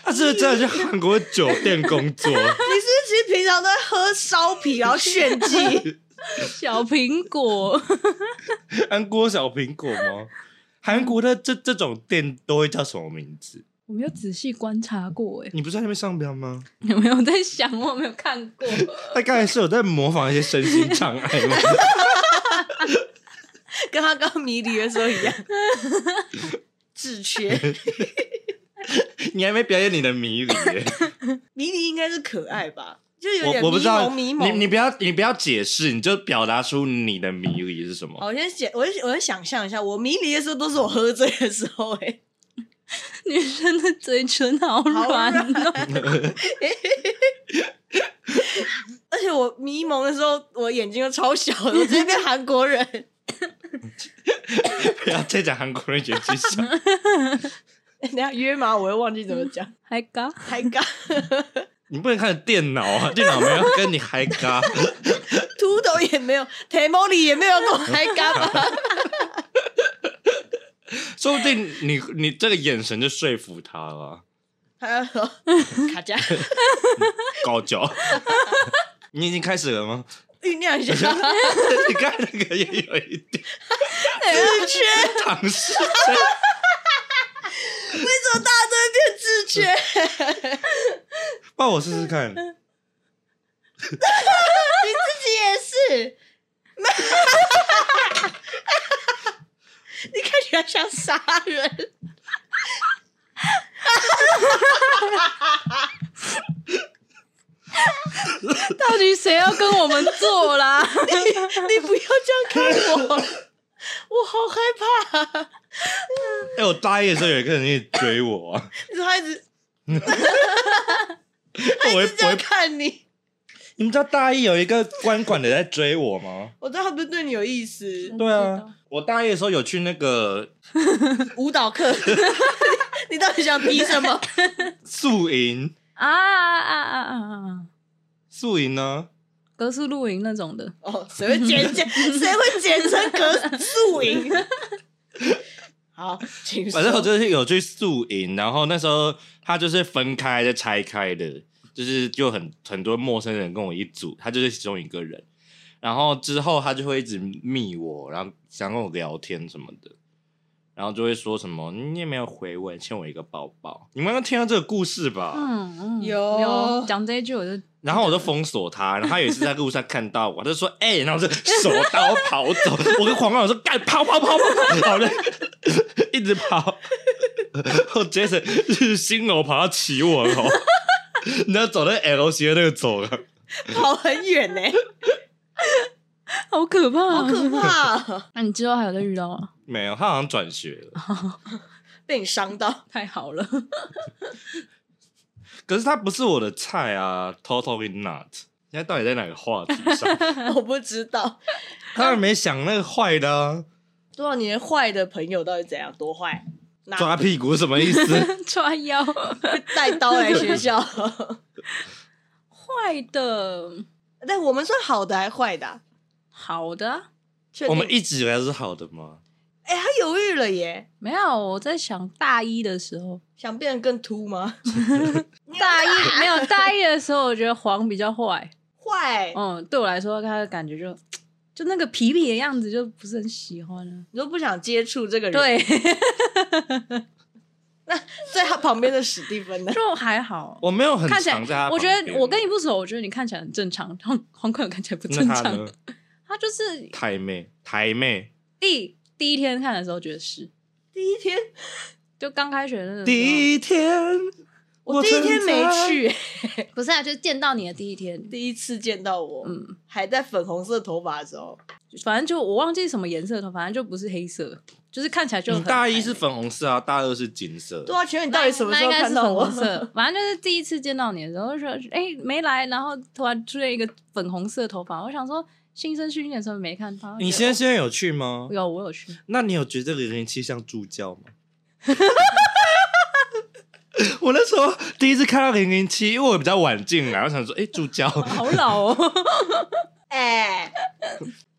[SPEAKER 3] 啊真的去韩国酒店工 作，
[SPEAKER 2] 你是不是其实平常都在喝烧啤，然后炫 技？
[SPEAKER 1] 小苹果，
[SPEAKER 3] 韩国小苹果吗？韩国的这这种店都会叫什么名字？
[SPEAKER 1] 我没有仔细观察过哎、
[SPEAKER 3] 你不是在那边上班吗？
[SPEAKER 1] 有没有在想我没有看过？
[SPEAKER 3] 他刚才是有在模仿一些身心障 碍吗？
[SPEAKER 2] 跟他刚迷离的时候一 样，智缺
[SPEAKER 3] 你还没表演你的迷离耶，
[SPEAKER 2] 迷离应该是可爱吧？就有点
[SPEAKER 3] 我我不
[SPEAKER 2] 迷
[SPEAKER 3] 知道，
[SPEAKER 2] 蒙迷
[SPEAKER 3] 你
[SPEAKER 2] 蒙。
[SPEAKER 3] 你不要你不要解释，你就表达出你的迷离是什么。
[SPEAKER 2] 好，我先想，我先我先想象一下，我迷离的时候都是我喝醉的时候、欸，
[SPEAKER 1] 女生的嘴唇好软
[SPEAKER 2] 好
[SPEAKER 1] 哦、
[SPEAKER 2] 而且我迷蒙的时候，我眼睛都超小的，我直接变韩国人。
[SPEAKER 3] 不要再讲韩国人也去想，
[SPEAKER 2] 等一下约吗？我又忘记怎么讲，
[SPEAKER 1] 还嘎，
[SPEAKER 2] 太尬。
[SPEAKER 3] 你不能看着电脑 啊，电脑没有跟你嗨嘎。
[SPEAKER 2] 秃头也没 有，铁毛里也没有， 我还干嘛？
[SPEAKER 3] 说不定你你这个眼神就说服他了，
[SPEAKER 2] 还要说 卡夹
[SPEAKER 3] 高 脚。你已经开始了吗？
[SPEAKER 2] 酝酿 一下，
[SPEAKER 3] 你刚才那个也有一点
[SPEAKER 2] 自缺，
[SPEAKER 3] 尝试，
[SPEAKER 2] 为什么大家都会变自 缺？
[SPEAKER 3] 帮我试试看。
[SPEAKER 2] 自己也是。 你看起来像杀人，
[SPEAKER 1] 到底谁要跟我们做啦？
[SPEAKER 2] 你不要这样看我， 我好害怕、
[SPEAKER 3] 哎、我大一的时候有一个人一直追我、 啊，
[SPEAKER 2] 你说他一直
[SPEAKER 3] 我会
[SPEAKER 2] 这
[SPEAKER 3] 我
[SPEAKER 2] 样
[SPEAKER 3] 会，
[SPEAKER 2] 看你，
[SPEAKER 3] 你们知道大一有一个官管的在追我吗？
[SPEAKER 2] 我知道他不是对你有意思。
[SPEAKER 3] 对
[SPEAKER 1] 知道
[SPEAKER 3] 啊，我大一的时候有去那个
[SPEAKER 2] 舞蹈 课，你到底想比什么？
[SPEAKER 3] 宿营，
[SPEAKER 1] 啊啊啊啊啊啊！
[SPEAKER 3] 宿营呢？
[SPEAKER 1] 格式露营那种的，
[SPEAKER 2] 哦，谁会简简？谁会简称格宿营？好，请说。
[SPEAKER 3] 反正我就是有去宿营，然后那时候他就是分开再拆开的，就是就很很多陌生人跟我一组，他就是其中一个人。然后之后他就会一直密我，然后想跟我聊天什么的，然后就会说什么嗯你也没有回我，欠我一个抱抱。你们刚刚听到这个故事吧？
[SPEAKER 1] 嗯嗯，
[SPEAKER 2] 有
[SPEAKER 1] 有讲这一句我就
[SPEAKER 3] 然后我就封锁他，然后他有一次在路上看到我，他就说：“ 哎、然后我就手刀跑走。我跟黄冠我说：“干跑跑跑跑跑！”跑了， 一直跑。我 Jason 日新楼跑到起我楼，你知道走在 L 斜那个走廊，
[SPEAKER 2] 跑很远呢、
[SPEAKER 1] 好可怕、
[SPEAKER 2] 好可怕、
[SPEAKER 1] 那、你之后还有再遇到啊吗？
[SPEAKER 3] 没有，他好像转学了。
[SPEAKER 1] 哦
[SPEAKER 2] 被你 伤到。
[SPEAKER 1] 太好了，
[SPEAKER 3] 可是他不是我的菜啊，totally not。现在到底在哪个话题上？
[SPEAKER 2] 我不知道，
[SPEAKER 3] 当然没想那个坏的、啊，
[SPEAKER 2] 多少年坏的朋友到底怎样？多坏？拿
[SPEAKER 3] 抓屁股什么意思？
[SPEAKER 1] 抓腰，
[SPEAKER 2] 带刀来学校？
[SPEAKER 1] 坏的，
[SPEAKER 2] 但我们算好的还坏的、啊？
[SPEAKER 1] 好的啊，
[SPEAKER 2] 确定
[SPEAKER 3] 我们一直以来都是好的吗？
[SPEAKER 2] 哎、他犹豫了耶，
[SPEAKER 1] 没有。我在想大一的时候，
[SPEAKER 2] 想变得更秃 吗？
[SPEAKER 1] 大一没有大一的时候，我觉得黄比较坏。
[SPEAKER 2] 坏、
[SPEAKER 1] 嗯，对我来说，他的感觉就就那个痞痞的样子，就不是很喜欢了、
[SPEAKER 2] 你都不想接触这个人。，
[SPEAKER 1] 对，
[SPEAKER 2] 在他旁边的史蒂 芬呢？
[SPEAKER 1] 就还好。
[SPEAKER 3] 我没有很
[SPEAKER 1] 看起来
[SPEAKER 3] 常在他，
[SPEAKER 1] 我觉
[SPEAKER 3] 旁
[SPEAKER 1] 得
[SPEAKER 3] 边
[SPEAKER 1] 我跟你不熟，我觉得你看起来很正常。 黄黄坤看起来不
[SPEAKER 3] 那
[SPEAKER 1] 正
[SPEAKER 3] 他
[SPEAKER 1] 常
[SPEAKER 3] 呢，？
[SPEAKER 1] 他就是
[SPEAKER 3] 台妹，台妹，
[SPEAKER 1] 第第一天看的时候觉得是，
[SPEAKER 2] 第一天，
[SPEAKER 1] 就刚开学的
[SPEAKER 3] 嗯
[SPEAKER 1] 那
[SPEAKER 3] 啊
[SPEAKER 1] 个时候
[SPEAKER 3] 第一天，
[SPEAKER 2] 我第一天没
[SPEAKER 3] 存
[SPEAKER 2] 去、
[SPEAKER 1] 不是啊，就是见到你的第一天，
[SPEAKER 2] 第一次见到我，
[SPEAKER 1] 嗯，
[SPEAKER 2] 还在粉红色头发的时候，
[SPEAKER 1] 反正就我忘记什么颜色的头，反正就不是黑色，就是看起来就
[SPEAKER 3] 在。
[SPEAKER 1] 很
[SPEAKER 3] 你大一
[SPEAKER 1] 白
[SPEAKER 3] 是粉红色啊，大二是金色。
[SPEAKER 2] 对啊，请问你到底什么时
[SPEAKER 1] 那应
[SPEAKER 2] 候
[SPEAKER 1] 该
[SPEAKER 2] 看
[SPEAKER 1] 是
[SPEAKER 2] 到我？
[SPEAKER 1] 粉红色，反正就是第一次见到你的时候，就说哎、没来，然后突然出现一个粉红色头发，我想说新生训练的时候没看到。
[SPEAKER 2] 啊
[SPEAKER 3] 你现在现在有去吗？
[SPEAKER 1] 有我有去，
[SPEAKER 3] 那你有觉得这个人气像助教吗？ 我那时候第一次看到零零七，因为我比较晚进来，我想说，哎、助教，
[SPEAKER 1] 好老哦，
[SPEAKER 2] 哎、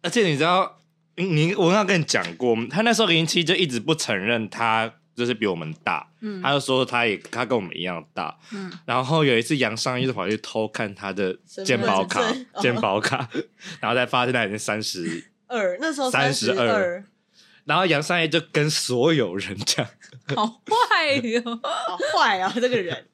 [SPEAKER 3] 而且你知道，你你我刚刚跟你讲过，他那时候零零七就一直不承认他就是比我们大，
[SPEAKER 1] 嗯
[SPEAKER 3] 他就说他也他跟我们一样大，
[SPEAKER 1] 嗯，
[SPEAKER 3] 然后有一次杨尚义就跑去偷看他的
[SPEAKER 2] 身份
[SPEAKER 3] 健保卡
[SPEAKER 2] 证哦，
[SPEAKER 3] 健保卡，然后才发现他已经三十
[SPEAKER 2] 二那时候
[SPEAKER 3] 32
[SPEAKER 2] 十二，
[SPEAKER 3] 然后杨三爷就跟所有人 讲，
[SPEAKER 1] 好坏哟、
[SPEAKER 2] 好坏啊，这个人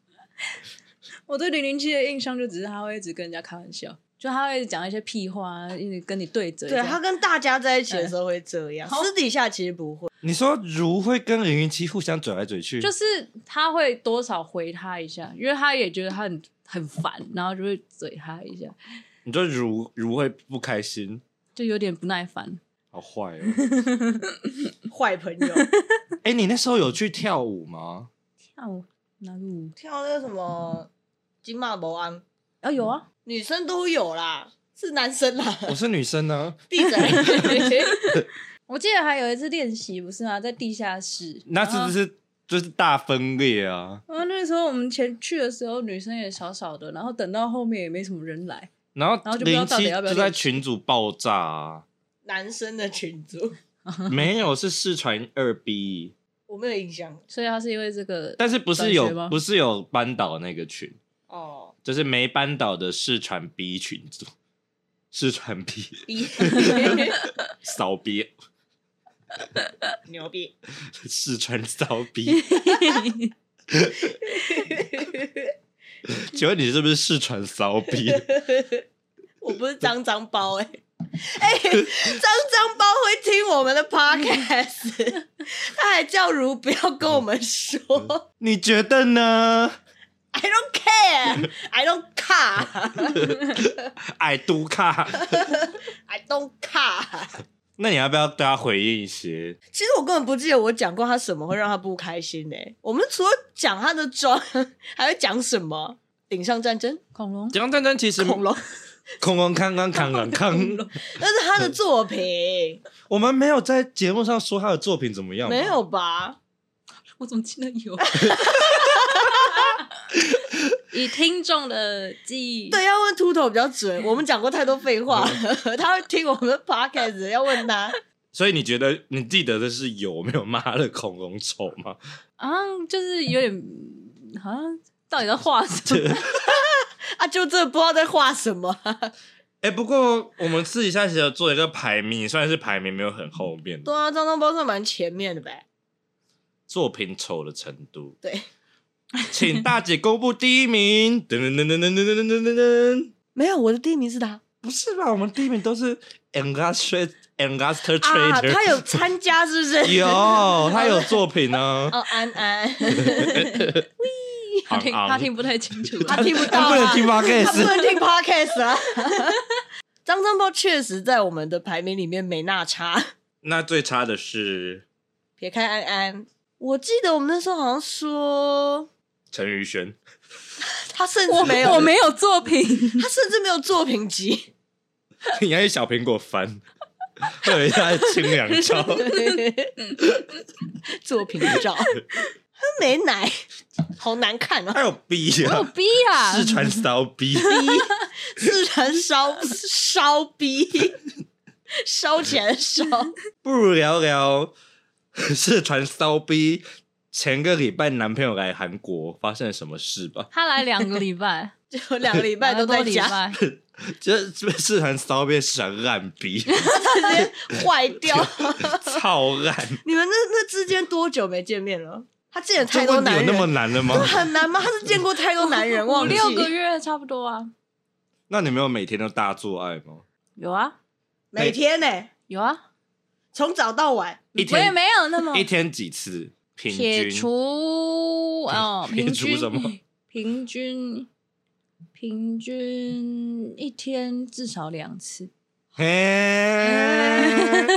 [SPEAKER 1] 我对零零七的印象就只是他会一直跟人家开玩笑，就他会一直讲一些屁话，啊一直跟你对嘴这
[SPEAKER 2] 对
[SPEAKER 1] 样。嗯
[SPEAKER 2] 他跟大家在一起的时候会这样，
[SPEAKER 1] 好
[SPEAKER 2] 私底下其实不会。
[SPEAKER 3] 你说如会跟零零七互相嘴来嘴去，
[SPEAKER 1] 就是他会多少回他一下，因为他也觉得他很很烦，然后就会嘴他一下，
[SPEAKER 3] 你说如如会不开心，
[SPEAKER 1] 就有点不耐烦。
[SPEAKER 3] 好坏哦。
[SPEAKER 2] 坏朋友
[SPEAKER 3] 哎、你那时候有去跳舞吗？
[SPEAKER 1] 跳舞哪个舞？
[SPEAKER 2] 跳那个什么金马伯安，
[SPEAKER 1] 啊、有啊，
[SPEAKER 2] 女生都有啦，是男生啦，
[SPEAKER 3] 我是女生啊呢，
[SPEAKER 2] 闭嘴。
[SPEAKER 1] 我记得还有一次练习，不是吗？在地下室。
[SPEAKER 3] 那是
[SPEAKER 1] 然后
[SPEAKER 3] 不是就是大分裂啊？
[SPEAKER 1] 然后那时候我们前去的时候，女生也少少的，然后等到后面也没什么人来，
[SPEAKER 3] 然
[SPEAKER 1] 然
[SPEAKER 3] 后
[SPEAKER 1] 后就不知道
[SPEAKER 3] 零
[SPEAKER 1] 到
[SPEAKER 3] 七
[SPEAKER 1] 底要不要
[SPEAKER 3] 就在群组爆炸、 啊，
[SPEAKER 2] 男生的群组，
[SPEAKER 3] 没有是四传二 B，
[SPEAKER 2] 我没有印象
[SPEAKER 1] 所以他是因为这个，
[SPEAKER 3] 但是不是
[SPEAKER 1] 转学吗
[SPEAKER 3] 有不是有班导那个群，
[SPEAKER 2] 哦。
[SPEAKER 3] 就是没班导的四传 B 群组，四传 B
[SPEAKER 2] 逼
[SPEAKER 3] 扫 B
[SPEAKER 2] 牛逼！
[SPEAKER 3] 四川骚 逼。请问你是不是四川骚 逼？
[SPEAKER 2] 我不是脏脏包哎、哎、脏脏包会听我们的 podcast，他还叫如不要跟我们说
[SPEAKER 3] 你觉得呢？
[SPEAKER 2] ，I don't care，I don't care，I
[SPEAKER 3] 矮都卡，
[SPEAKER 2] don't care。
[SPEAKER 3] 那你要不要对他回应一些？
[SPEAKER 2] 其实我根本不记得我讲过他什么会让他不开心呢、我们除了讲他的妆，还会讲什么？顶上战争、
[SPEAKER 1] 恐龙，
[SPEAKER 3] 蒋战争其实
[SPEAKER 2] 恐龙，
[SPEAKER 3] 空空康康康康康，
[SPEAKER 2] 那是他的作品，
[SPEAKER 3] 我们没有在节目上说他的作品怎么样，
[SPEAKER 2] 没有。吧？
[SPEAKER 1] 我怎么记得有？ 以听众的记忆，
[SPEAKER 2] 对，要问秃头比较准。我们讲过太多废话了，他会听我们的 podcast，要问他。
[SPEAKER 3] 所以你觉得你记得的是有没有骂的恐龙丑吗？
[SPEAKER 1] 啊，就是有点好像到底在画什么？
[SPEAKER 2] 啊，就这不知道在画什么啊、
[SPEAKER 3] 哎、不过我们私底下其实有做一个排名，虽然是排名没有很后面
[SPEAKER 2] 对
[SPEAKER 3] 的
[SPEAKER 2] 啊，脏脏包算蛮前面的呗。
[SPEAKER 3] 作品丑的程度，
[SPEAKER 2] 对，
[SPEAKER 3] 请大姐公布第一名。噔噔噔噔噔噔噔噔噔噔，
[SPEAKER 2] 没有，我的第一名是他
[SPEAKER 3] 不是吧？我们第一名都是 Angaster Angaster
[SPEAKER 2] 啊，
[SPEAKER 3] Trader，、
[SPEAKER 2] 他有参加是不 是？
[SPEAKER 3] 有他有作品啊呢、
[SPEAKER 2] 哦，安 安，
[SPEAKER 1] 他听
[SPEAKER 3] 昂昂
[SPEAKER 1] 他听不太清楚，
[SPEAKER 2] 他听不到、
[SPEAKER 3] 他
[SPEAKER 2] 啊，
[SPEAKER 3] 哎不能听
[SPEAKER 2] 他不
[SPEAKER 3] podcast，
[SPEAKER 2] 能听 podcast 啊。 张张包确实在我们的排名里面没那 差，
[SPEAKER 3] 那最差的是
[SPEAKER 2] 撇开安安，我记得我们那时候好像说
[SPEAKER 3] 陈宇轩，
[SPEAKER 2] 他甚至没有，
[SPEAKER 1] 我没有作品，
[SPEAKER 2] 他甚至没有作品集。
[SPEAKER 3] 你要去小苹果翻，会有一下清凉照。
[SPEAKER 2] 作品 照，他没奶，好难看哦。
[SPEAKER 3] 他有逼
[SPEAKER 1] 我
[SPEAKER 3] 啊，
[SPEAKER 1] 逼啊！
[SPEAKER 3] 四川骚逼。
[SPEAKER 2] 四川烧烧 逼，烧起来的烧，
[SPEAKER 3] 不如聊聊是传骚逼前个礼拜男朋友来韩国发生了什么事吧？
[SPEAKER 1] 他来两个礼 拜，
[SPEAKER 2] 就两个礼拜
[SPEAKER 1] 两个
[SPEAKER 2] 都
[SPEAKER 1] 多
[SPEAKER 2] 在
[SPEAKER 1] 礼
[SPEAKER 2] 家，
[SPEAKER 1] 拜，
[SPEAKER 3] 这这是传骚逼，是传烂 逼，
[SPEAKER 2] 坏掉。
[SPEAKER 3] 超烂！
[SPEAKER 2] 你们那那之间多久没见面了？他见了太
[SPEAKER 3] 这
[SPEAKER 2] 多
[SPEAKER 3] 问题
[SPEAKER 2] 男
[SPEAKER 3] 有
[SPEAKER 2] 人，啊
[SPEAKER 3] 那么难的吗？
[SPEAKER 2] 很难吗？他是见过太多男 人，
[SPEAKER 1] 五
[SPEAKER 2] 忘记
[SPEAKER 1] 六个月差不多啊。
[SPEAKER 3] 那你没有每天都大做爱吗？
[SPEAKER 1] 有啊，
[SPEAKER 2] 每天呢、
[SPEAKER 1] 有啊，
[SPEAKER 2] 从早到晚，
[SPEAKER 3] 一
[SPEAKER 1] 我也
[SPEAKER 3] 天
[SPEAKER 1] 没有那
[SPEAKER 2] 嗯
[SPEAKER 1] 么
[SPEAKER 3] 一天几次？平
[SPEAKER 1] 撇
[SPEAKER 3] 均
[SPEAKER 1] 除哦，
[SPEAKER 3] 撇
[SPEAKER 1] 平
[SPEAKER 3] 除
[SPEAKER 1] 均
[SPEAKER 3] 什么？
[SPEAKER 1] 平均平均一天至少两次，
[SPEAKER 3] 嘿
[SPEAKER 2] 哎，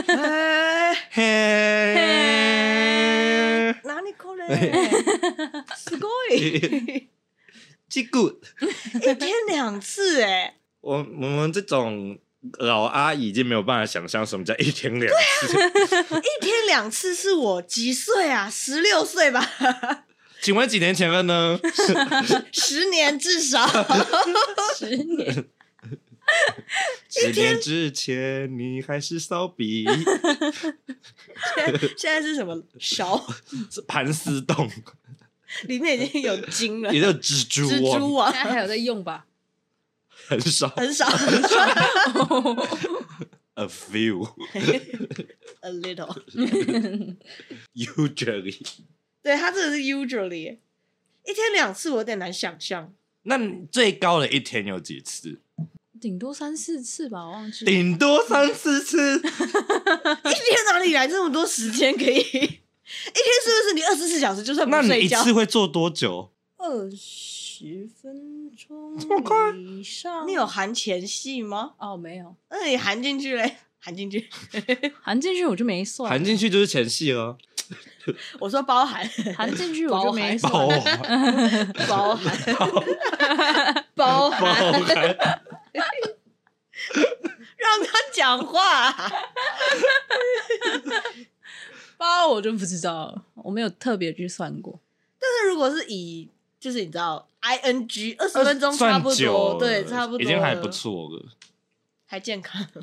[SPEAKER 3] 嘿，
[SPEAKER 2] 哪里可能？す ごい，
[SPEAKER 3] 这个
[SPEAKER 2] 一天两次哎、
[SPEAKER 3] 我我们这种老阿姨已经没有办法想象什么叫一天两
[SPEAKER 2] 啊
[SPEAKER 3] 次。
[SPEAKER 2] 一天两次是我几岁啊？十六岁吧，
[SPEAKER 3] 请问几年前 了呢？
[SPEAKER 2] 十年至少。
[SPEAKER 1] 十年。
[SPEAKER 3] 十十年之前你还是 骚逼，
[SPEAKER 2] 现在现在是什么勺？
[SPEAKER 3] 是盘丝洞，
[SPEAKER 2] 里面已经有金了
[SPEAKER 3] 也，叫蜘
[SPEAKER 2] 蜘
[SPEAKER 3] 蛛
[SPEAKER 2] 蛛
[SPEAKER 3] 网，
[SPEAKER 2] 网
[SPEAKER 1] 现在还有在用吧？
[SPEAKER 3] 很少
[SPEAKER 2] 很少
[SPEAKER 3] a few
[SPEAKER 2] ，a little。
[SPEAKER 3] usually。
[SPEAKER 2] 对，它这个是 usually 一天两次，我有点难想 象。
[SPEAKER 3] 那你最高的一天有几次？
[SPEAKER 1] 顶多三四次吧，我忘记了。
[SPEAKER 3] 顶多三四 次。
[SPEAKER 2] 一天哪里来这么多时间可以？一天是不是你二十四小时就算不
[SPEAKER 3] 那你
[SPEAKER 2] 睡
[SPEAKER 3] 一
[SPEAKER 2] 觉？
[SPEAKER 3] 次会做多久？
[SPEAKER 1] 二十分钟
[SPEAKER 3] 么快
[SPEAKER 1] 以上
[SPEAKER 2] 你有含前戏吗？
[SPEAKER 1] 哦，没有
[SPEAKER 2] 那你含进去嘞？ 含进去，
[SPEAKER 1] 含进去我就没算，
[SPEAKER 3] 含进去就是前戏了，
[SPEAKER 2] 我说包 含，
[SPEAKER 1] 含进去我就没算。
[SPEAKER 3] 包
[SPEAKER 2] 包
[SPEAKER 3] 含
[SPEAKER 2] 含，包
[SPEAKER 3] 包
[SPEAKER 2] 含，
[SPEAKER 3] 含。
[SPEAKER 2] 让他讲 话、
[SPEAKER 1] 包我就不知道了，我没有特别去算过。
[SPEAKER 2] 那如果是以就是你知道 i n g 二十分钟差
[SPEAKER 3] 算
[SPEAKER 2] 不
[SPEAKER 3] 久
[SPEAKER 2] 多，
[SPEAKER 3] 了
[SPEAKER 2] 对，差不多
[SPEAKER 3] 已经还不
[SPEAKER 2] 了，
[SPEAKER 3] 错了。
[SPEAKER 2] 还健康。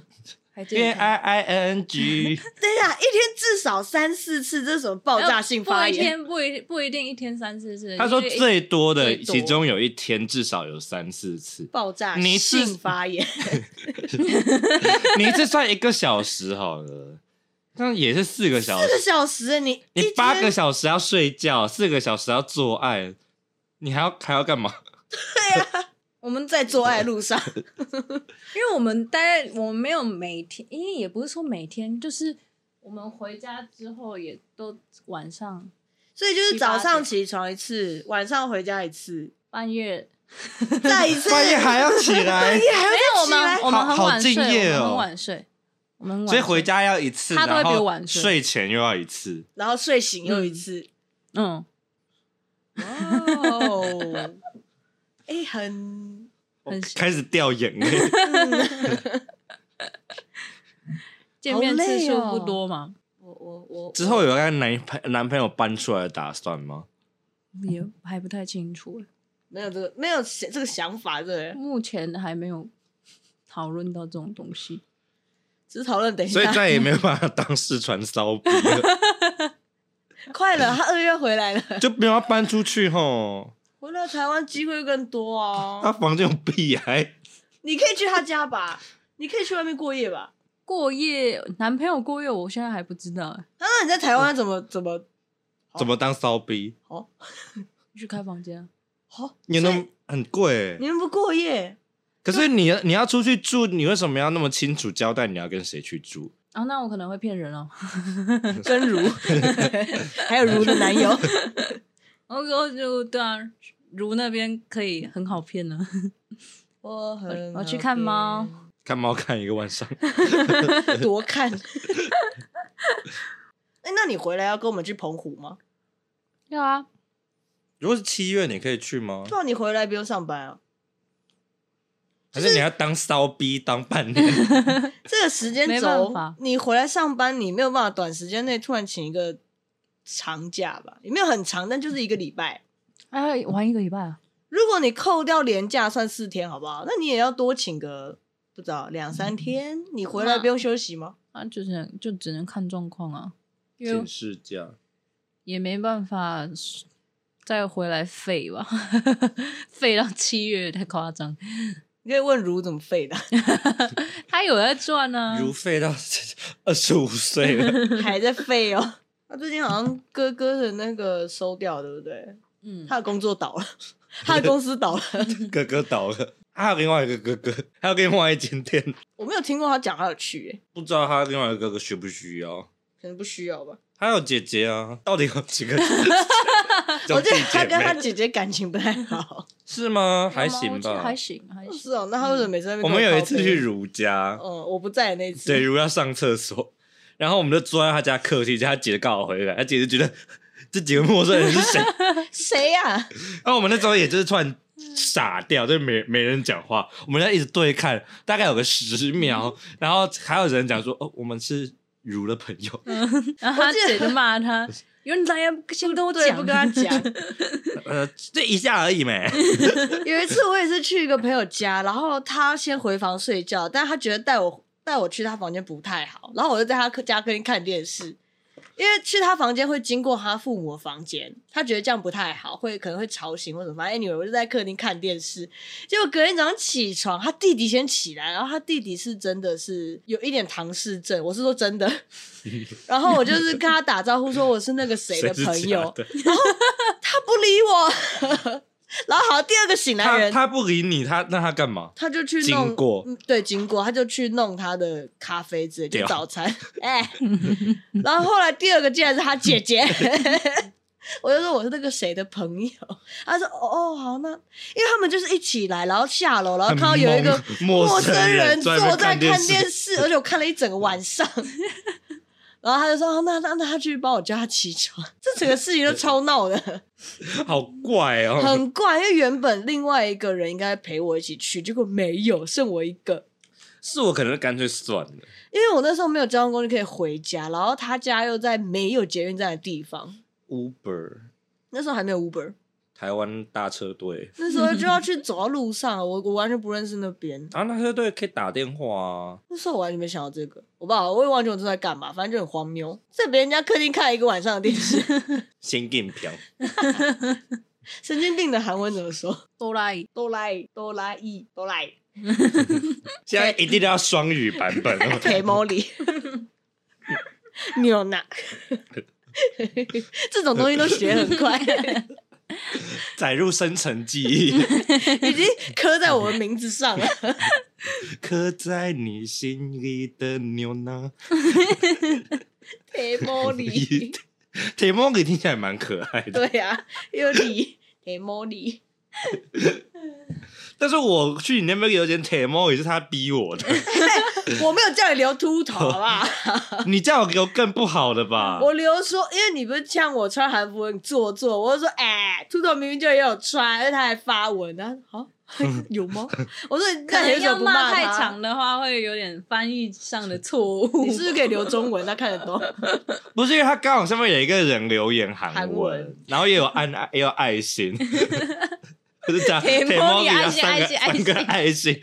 [SPEAKER 1] 还
[SPEAKER 3] 因为 I I N G，
[SPEAKER 2] 对呀，一天至少三四次，这是什么爆炸性发
[SPEAKER 1] 不一
[SPEAKER 2] 言？。
[SPEAKER 1] 天不一不一定一天三四次。
[SPEAKER 3] 他说
[SPEAKER 1] 就是一
[SPEAKER 3] 最多的，
[SPEAKER 1] 最多
[SPEAKER 3] 其中有一天至少有三四次
[SPEAKER 2] 爆炸
[SPEAKER 3] 你是
[SPEAKER 2] 性发 言，
[SPEAKER 3] 你一次算一个小时好了，那也是四个小
[SPEAKER 2] 四个
[SPEAKER 3] 时。
[SPEAKER 2] 小时，你一
[SPEAKER 3] 你
[SPEAKER 2] 天
[SPEAKER 3] 八个小时要睡觉，四个小时要做爱，你还要还要干嘛？
[SPEAKER 2] 我们在做爱路 上，
[SPEAKER 1] 因为我们待我们没有每天，因为也不是说每天，就是我们回家之后也都晚上
[SPEAKER 2] 所以就是
[SPEAKER 1] 七八
[SPEAKER 2] 早
[SPEAKER 1] 点
[SPEAKER 2] 上起床一次，晚上回家一 次，
[SPEAKER 1] 半夜，
[SPEAKER 2] 再一次，
[SPEAKER 3] 半夜还要哎起来，
[SPEAKER 1] 没有我们我们很
[SPEAKER 3] 好
[SPEAKER 1] 晚睡，
[SPEAKER 3] 敬业
[SPEAKER 1] 我
[SPEAKER 3] 哦
[SPEAKER 1] 们很晚睡，我们很晚
[SPEAKER 3] 所以
[SPEAKER 1] 睡
[SPEAKER 3] 回家要一次，
[SPEAKER 1] 他都会
[SPEAKER 3] 然后
[SPEAKER 1] 比我晚睡
[SPEAKER 3] 睡前又要一次。
[SPEAKER 2] 然后睡醒又一次。
[SPEAKER 1] 嗯，
[SPEAKER 2] 哇 哦，哎，很嗯
[SPEAKER 1] 很
[SPEAKER 3] 开始掉眼 泪，
[SPEAKER 1] 见面次数
[SPEAKER 2] 好累
[SPEAKER 1] 不
[SPEAKER 2] 哦
[SPEAKER 1] 多嘛，
[SPEAKER 2] 我我我
[SPEAKER 3] 之后有跟男朋男朋友搬出来的打算 吗？哦
[SPEAKER 1] 也还不太清楚了，
[SPEAKER 2] 没有这个没有这个想法，对，
[SPEAKER 1] 目前还没有讨论到这种东西。
[SPEAKER 2] 只是讨论。等一
[SPEAKER 3] 所以
[SPEAKER 2] 下，
[SPEAKER 3] 再也没有办法当四川骚逼了，
[SPEAKER 2] 快了，他二月回来了，
[SPEAKER 3] 就没有要搬出去吼。
[SPEAKER 2] 回来台湾机会更多
[SPEAKER 3] 他
[SPEAKER 2] 啊！
[SPEAKER 3] 房间有壁癌，
[SPEAKER 2] 你可以去他家吧，你可以去外面过夜吧。
[SPEAKER 1] 过夜，男朋友过夜，我现在还不知道欸，
[SPEAKER 2] 啊，那你在台湾怎么怎么哦
[SPEAKER 3] 怎么当骚逼？
[SPEAKER 2] 好
[SPEAKER 1] 去开房间啊。
[SPEAKER 2] 好？
[SPEAKER 3] 你
[SPEAKER 2] 所以
[SPEAKER 3] 能很贵欸，
[SPEAKER 2] 你们不过夜？
[SPEAKER 3] 可是你你要出去住，你为什么要那么清楚交代你要跟谁 去住？
[SPEAKER 1] 啊，那我可能会骗人哦。
[SPEAKER 2] 跟 如，还有如的男友，
[SPEAKER 1] 我我哦就对啊，如那边可以很好骗呢、
[SPEAKER 2] 我很
[SPEAKER 1] 我我去看猫
[SPEAKER 3] 看猫看一个晚上，
[SPEAKER 2] 好骗， 多看。 哎、那你回来要跟我们去澎湖吗？
[SPEAKER 1] 要啊，
[SPEAKER 3] 如果是七月，你可以去吗？
[SPEAKER 2] 不然你回来不用上班啊？
[SPEAKER 3] 还是你要当骚逼当半年？
[SPEAKER 2] 这个时间
[SPEAKER 1] 没办
[SPEAKER 2] 轴
[SPEAKER 1] 法，
[SPEAKER 2] 你回来上班，你没有办法短时间内突然请一个长假吧？也没有很长，但就是一个礼拜。
[SPEAKER 1] 还要玩一个礼拜啊。
[SPEAKER 2] 如果你扣掉年假，算四天，好不好？那你也要多请个不知道两三天。你回来不用休息吗？
[SPEAKER 1] 啊，就是就只能看状况啊，因为
[SPEAKER 3] 事假。
[SPEAKER 1] 也没办法再回来废吧， 废到七月太夸张。
[SPEAKER 2] 你可以问如怎么废的，
[SPEAKER 1] 他有在赚
[SPEAKER 2] 嗯
[SPEAKER 1] 啊，
[SPEAKER 3] 如废到二十五岁 了，
[SPEAKER 2] 还在废哦。 他最近好像哥哥的那个收掉，对不对？
[SPEAKER 1] 嗯，
[SPEAKER 2] 他的工作倒了， 他的公司倒了。
[SPEAKER 3] 哥哥倒了，还有另外一个哥哥，还有另外一间店，
[SPEAKER 2] 我没有听过他讲他有去、欸，
[SPEAKER 3] 不知道他另外一个哥哥需不需要。
[SPEAKER 2] 可能不需要吧。
[SPEAKER 3] 还有姐姐啊，到底有几个
[SPEAKER 2] 我觉
[SPEAKER 3] 兄弟
[SPEAKER 2] 得
[SPEAKER 3] 姐
[SPEAKER 2] 他跟他
[SPEAKER 3] 妹？
[SPEAKER 2] 姐姐感情不太好。
[SPEAKER 3] 是吗？还
[SPEAKER 1] 我
[SPEAKER 3] 行
[SPEAKER 1] 记得
[SPEAKER 3] 吧
[SPEAKER 1] 还。行，还行。
[SPEAKER 2] 是哦，那他为什么每次在那边
[SPEAKER 3] 嗯我
[SPEAKER 2] 跟
[SPEAKER 3] 们有一次
[SPEAKER 2] 靠背
[SPEAKER 3] 去，如家，
[SPEAKER 2] 嗯，我不在的那一次，
[SPEAKER 3] 对，如要上厕所，然后我们就坐在他家客厅，叫他姐刚好回来，他姐就觉得这几个陌生人是谁？
[SPEAKER 2] 谁呀、
[SPEAKER 3] 然后我们那时候也就是突然傻掉，就没没人讲话，
[SPEAKER 2] 嗯
[SPEAKER 3] 我们在一直对看，大概有个十秒，然后还有人讲说：“哦，我们是辱了朋友，
[SPEAKER 2] 嗯
[SPEAKER 1] 然啊后他
[SPEAKER 2] 我记得
[SPEAKER 1] 姐就骂 他，原来要先跟我
[SPEAKER 2] 对，
[SPEAKER 1] 讲，
[SPEAKER 2] 不跟他讲。
[SPEAKER 3] 呃，这一
[SPEAKER 2] 嗯
[SPEAKER 3] 下而已没。
[SPEAKER 2] 有一次我也是去一个朋友家，然后他先回房睡觉，但他觉得带我带我去他房间不太好，然后我就在他客家客厅看电视，因为去他房间会经过他父母的房间，他觉得这样不太好，会可能会吵醒或者什么。反正 anyway，我就在客厅看电视，结果隔天早上起床，他弟弟先起来，然后他弟弟是真的是有一点唐氏症，我是说真 的。然后我就是跟他打招呼说我是那个谁的
[SPEAKER 3] 是
[SPEAKER 2] 朋
[SPEAKER 3] 假
[SPEAKER 2] 友，
[SPEAKER 3] 的
[SPEAKER 2] 他不理我。 然后好像第二个醒来
[SPEAKER 3] 他
[SPEAKER 2] 人，
[SPEAKER 3] 他不理你，他那他干嘛？
[SPEAKER 2] 他就去弄
[SPEAKER 3] 经过
[SPEAKER 2] 嗯对，经过他就去弄他的咖啡之类，就
[SPEAKER 3] 屌
[SPEAKER 2] 早餐。 哎、然后后来第二个竟然是他姐姐， 我就说我是那个谁的朋友，他说哦哦好那，因为他们就是一起来，然后下楼，然后看到有一个
[SPEAKER 3] 很懵陌
[SPEAKER 2] 生
[SPEAKER 3] 人
[SPEAKER 2] 坐在
[SPEAKER 3] 在那边电嗯
[SPEAKER 2] 看电视，而且我看了一整个晚上。 然后他就说：“哦那那那他去帮我叫他起床。”这整个事情都超闹的。
[SPEAKER 3] 好怪 哦。
[SPEAKER 2] 很怪，因为原本另外一个人应该陪我一起去，结果没有，剩我一个。
[SPEAKER 3] 是我可能干脆算了。
[SPEAKER 2] 因为我那时候没有交通工具可以回家，然后他家又在没有捷运站的地方，
[SPEAKER 3] Uber
[SPEAKER 2] 那时候还没有 Uber，
[SPEAKER 3] 台湾大车队
[SPEAKER 2] 那时候就要去走到路上，我我完全不认识那边。
[SPEAKER 3] 啊，那车队可以打电话啊。
[SPEAKER 2] 那时候我完全没想到这个，我不知道，我也忘记我正在干嘛，反正就很荒谬，在别人家客厅看一个晚上的电视，
[SPEAKER 3] 先订票，
[SPEAKER 2] 神经病的韩文怎么说？
[SPEAKER 1] 哆啦 A，
[SPEAKER 2] 哆啦哆啦一哆啦
[SPEAKER 3] 现在一定要双语版 本了。
[SPEAKER 2] k m o l 牛奶，这种东西都学很快，
[SPEAKER 3] 载入深层记忆，
[SPEAKER 2] 已经刻在我们名字 上了。
[SPEAKER 3] 刻在你心里的牛 奶。
[SPEAKER 2] k m o l
[SPEAKER 3] 铁猫给听起来蛮可爱的，
[SPEAKER 2] 对
[SPEAKER 1] 啊
[SPEAKER 2] 呀，有理 k m o l
[SPEAKER 3] 但是我去你那边有点铁猫也是他逼 我的，
[SPEAKER 2] 我没有叫你留秃头，好不好？
[SPEAKER 3] 你叫我给我更不好的吧？
[SPEAKER 2] 我留说，因为你不是像我穿韩服很做作，我就说，哎、秃头明明就也有穿，而且他还发文，他好、 有吗？我说你
[SPEAKER 1] 可
[SPEAKER 2] 那你
[SPEAKER 1] 能
[SPEAKER 2] 为什
[SPEAKER 1] 要
[SPEAKER 2] 么不骂
[SPEAKER 1] 骂
[SPEAKER 2] 他
[SPEAKER 1] 太长的话，会有点翻译上的错误。
[SPEAKER 2] 你是不是可以留中文？他看得 懂。
[SPEAKER 3] 不是因为他刚好上面有一个人留言韩
[SPEAKER 2] 韩文。
[SPEAKER 3] 然后也有按爱也有 爱心，可是讲
[SPEAKER 1] 铁
[SPEAKER 3] 铁
[SPEAKER 1] 猫
[SPEAKER 3] 猫
[SPEAKER 1] 里
[SPEAKER 3] 里
[SPEAKER 1] 爱
[SPEAKER 3] 要
[SPEAKER 1] 心
[SPEAKER 3] 三个
[SPEAKER 1] 爱
[SPEAKER 3] 三
[SPEAKER 1] 心
[SPEAKER 3] 个爱心，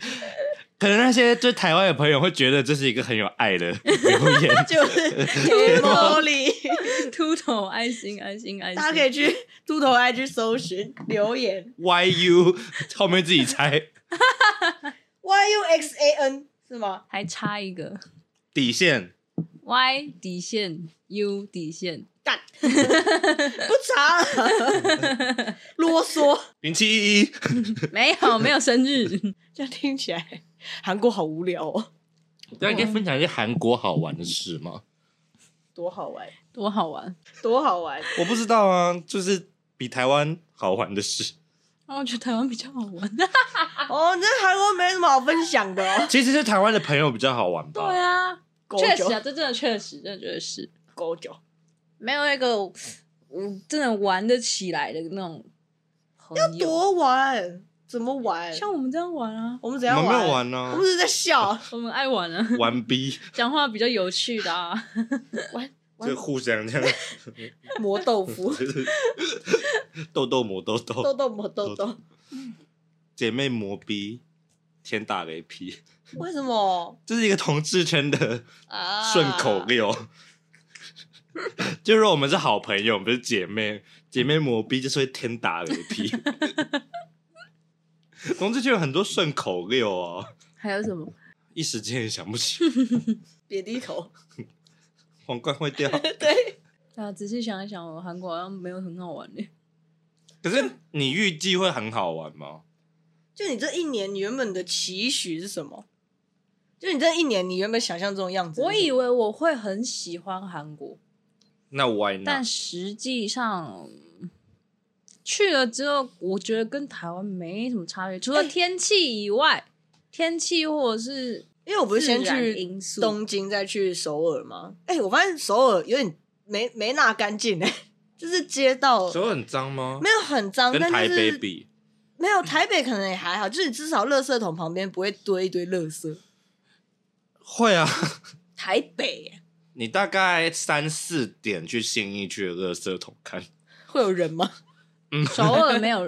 [SPEAKER 3] 可能那些就台湾的朋友会觉得这是一个很有爱的留言
[SPEAKER 2] 就是 k m o l
[SPEAKER 1] 秃 头爱心爱心爱心，
[SPEAKER 2] 大家可以去 秃头 IG 搜寻留言
[SPEAKER 3] YU 后面自己猜
[SPEAKER 2] Y U X A N 是吗？
[SPEAKER 1] 还差一个
[SPEAKER 3] 底线，
[SPEAKER 1] Y 底线 U 底线，
[SPEAKER 2] 干，不查了啰嗦，
[SPEAKER 3] 零七一
[SPEAKER 1] 没有 没有生日，
[SPEAKER 2] 这样听起来韩国好无聊哦，
[SPEAKER 3] 一，那你可以分享一些韩国好玩的事吗？
[SPEAKER 2] 多好玩，
[SPEAKER 1] 多好玩！
[SPEAKER 2] 多好玩！
[SPEAKER 3] 我不知道啊，就是比台湾好玩的事。
[SPEAKER 1] 啊，我觉得台湾比较好 玩。啊
[SPEAKER 2] 哦，这韩国没什么好分享 的哦，
[SPEAKER 3] 其实是台湾的朋友比较好玩吧？
[SPEAKER 1] 对啊，
[SPEAKER 2] 狗
[SPEAKER 1] 确
[SPEAKER 2] 酒
[SPEAKER 1] 实啊，这真的确实，这确实
[SPEAKER 2] 狗酒，
[SPEAKER 1] 没有那个嗯，真的玩得起来的那种朋友，
[SPEAKER 2] 多玩，怎么玩？
[SPEAKER 1] 像我们这样玩啊，
[SPEAKER 2] 我们怎
[SPEAKER 3] 我
[SPEAKER 2] 样
[SPEAKER 3] 们没有
[SPEAKER 2] 玩？
[SPEAKER 3] 玩呢
[SPEAKER 2] 我、们只是在 笑，
[SPEAKER 1] 我们爱玩啊，
[SPEAKER 3] 玩逼
[SPEAKER 1] 讲话比较有趣的啊。
[SPEAKER 2] 玩玩
[SPEAKER 3] 就互相这样。
[SPEAKER 2] 磨豆腐，
[SPEAKER 3] 豆豆 磨豆
[SPEAKER 2] 豆
[SPEAKER 3] 豆，
[SPEAKER 2] 豆磨豆
[SPEAKER 3] 豆
[SPEAKER 2] 豆，
[SPEAKER 3] 姐妹磨逼，天打雷劈，
[SPEAKER 2] 为什么
[SPEAKER 3] 这是一个同志圈的
[SPEAKER 2] 啊？
[SPEAKER 3] 顺口溜。就是我们是好朋友，我们是姐妹，姐妹磨逼就是会天打雷劈。同志圈有很多顺口溜哦，
[SPEAKER 1] 还有什么？
[SPEAKER 3] 一时间也想不起，
[SPEAKER 2] 别低头，
[SPEAKER 3] 皇冠会掉。
[SPEAKER 2] 对，
[SPEAKER 1] 啊，仔细想一想，我韩国好像没有很好玩的。
[SPEAKER 3] 可是你预计会很好玩吗？
[SPEAKER 2] 就你这一年，你原本的期许是什么？就你这一年，你原本想象中的样子是什
[SPEAKER 1] 我
[SPEAKER 2] 么，
[SPEAKER 1] 以为我会很喜欢韩国，
[SPEAKER 3] 那 why
[SPEAKER 1] 但
[SPEAKER 3] not？
[SPEAKER 1] 实际上嗯去了之后，我觉得跟台湾没什么差别，除了
[SPEAKER 2] 哎
[SPEAKER 1] 天气以外，天气或者是
[SPEAKER 2] 因为我不是先
[SPEAKER 1] 自然
[SPEAKER 2] 去
[SPEAKER 1] 因素
[SPEAKER 2] 东 京，再去首尔吗？哎、我发现首尔有点没没那干净哎， 就是街道
[SPEAKER 3] 手很脏吗？
[SPEAKER 2] 没有很脏，
[SPEAKER 3] 跟
[SPEAKER 2] 但
[SPEAKER 3] 台
[SPEAKER 2] 就
[SPEAKER 3] 北
[SPEAKER 2] 是
[SPEAKER 3] 比，
[SPEAKER 2] 没有台北可能也还好，就是你至少垃圾桶旁边不会堆一堆垃圾。
[SPEAKER 3] 会啊。
[SPEAKER 2] 台北耶
[SPEAKER 3] 你大概三四点去信义区的垃圾桶看，
[SPEAKER 2] 会有人吗？
[SPEAKER 1] 首尔没有，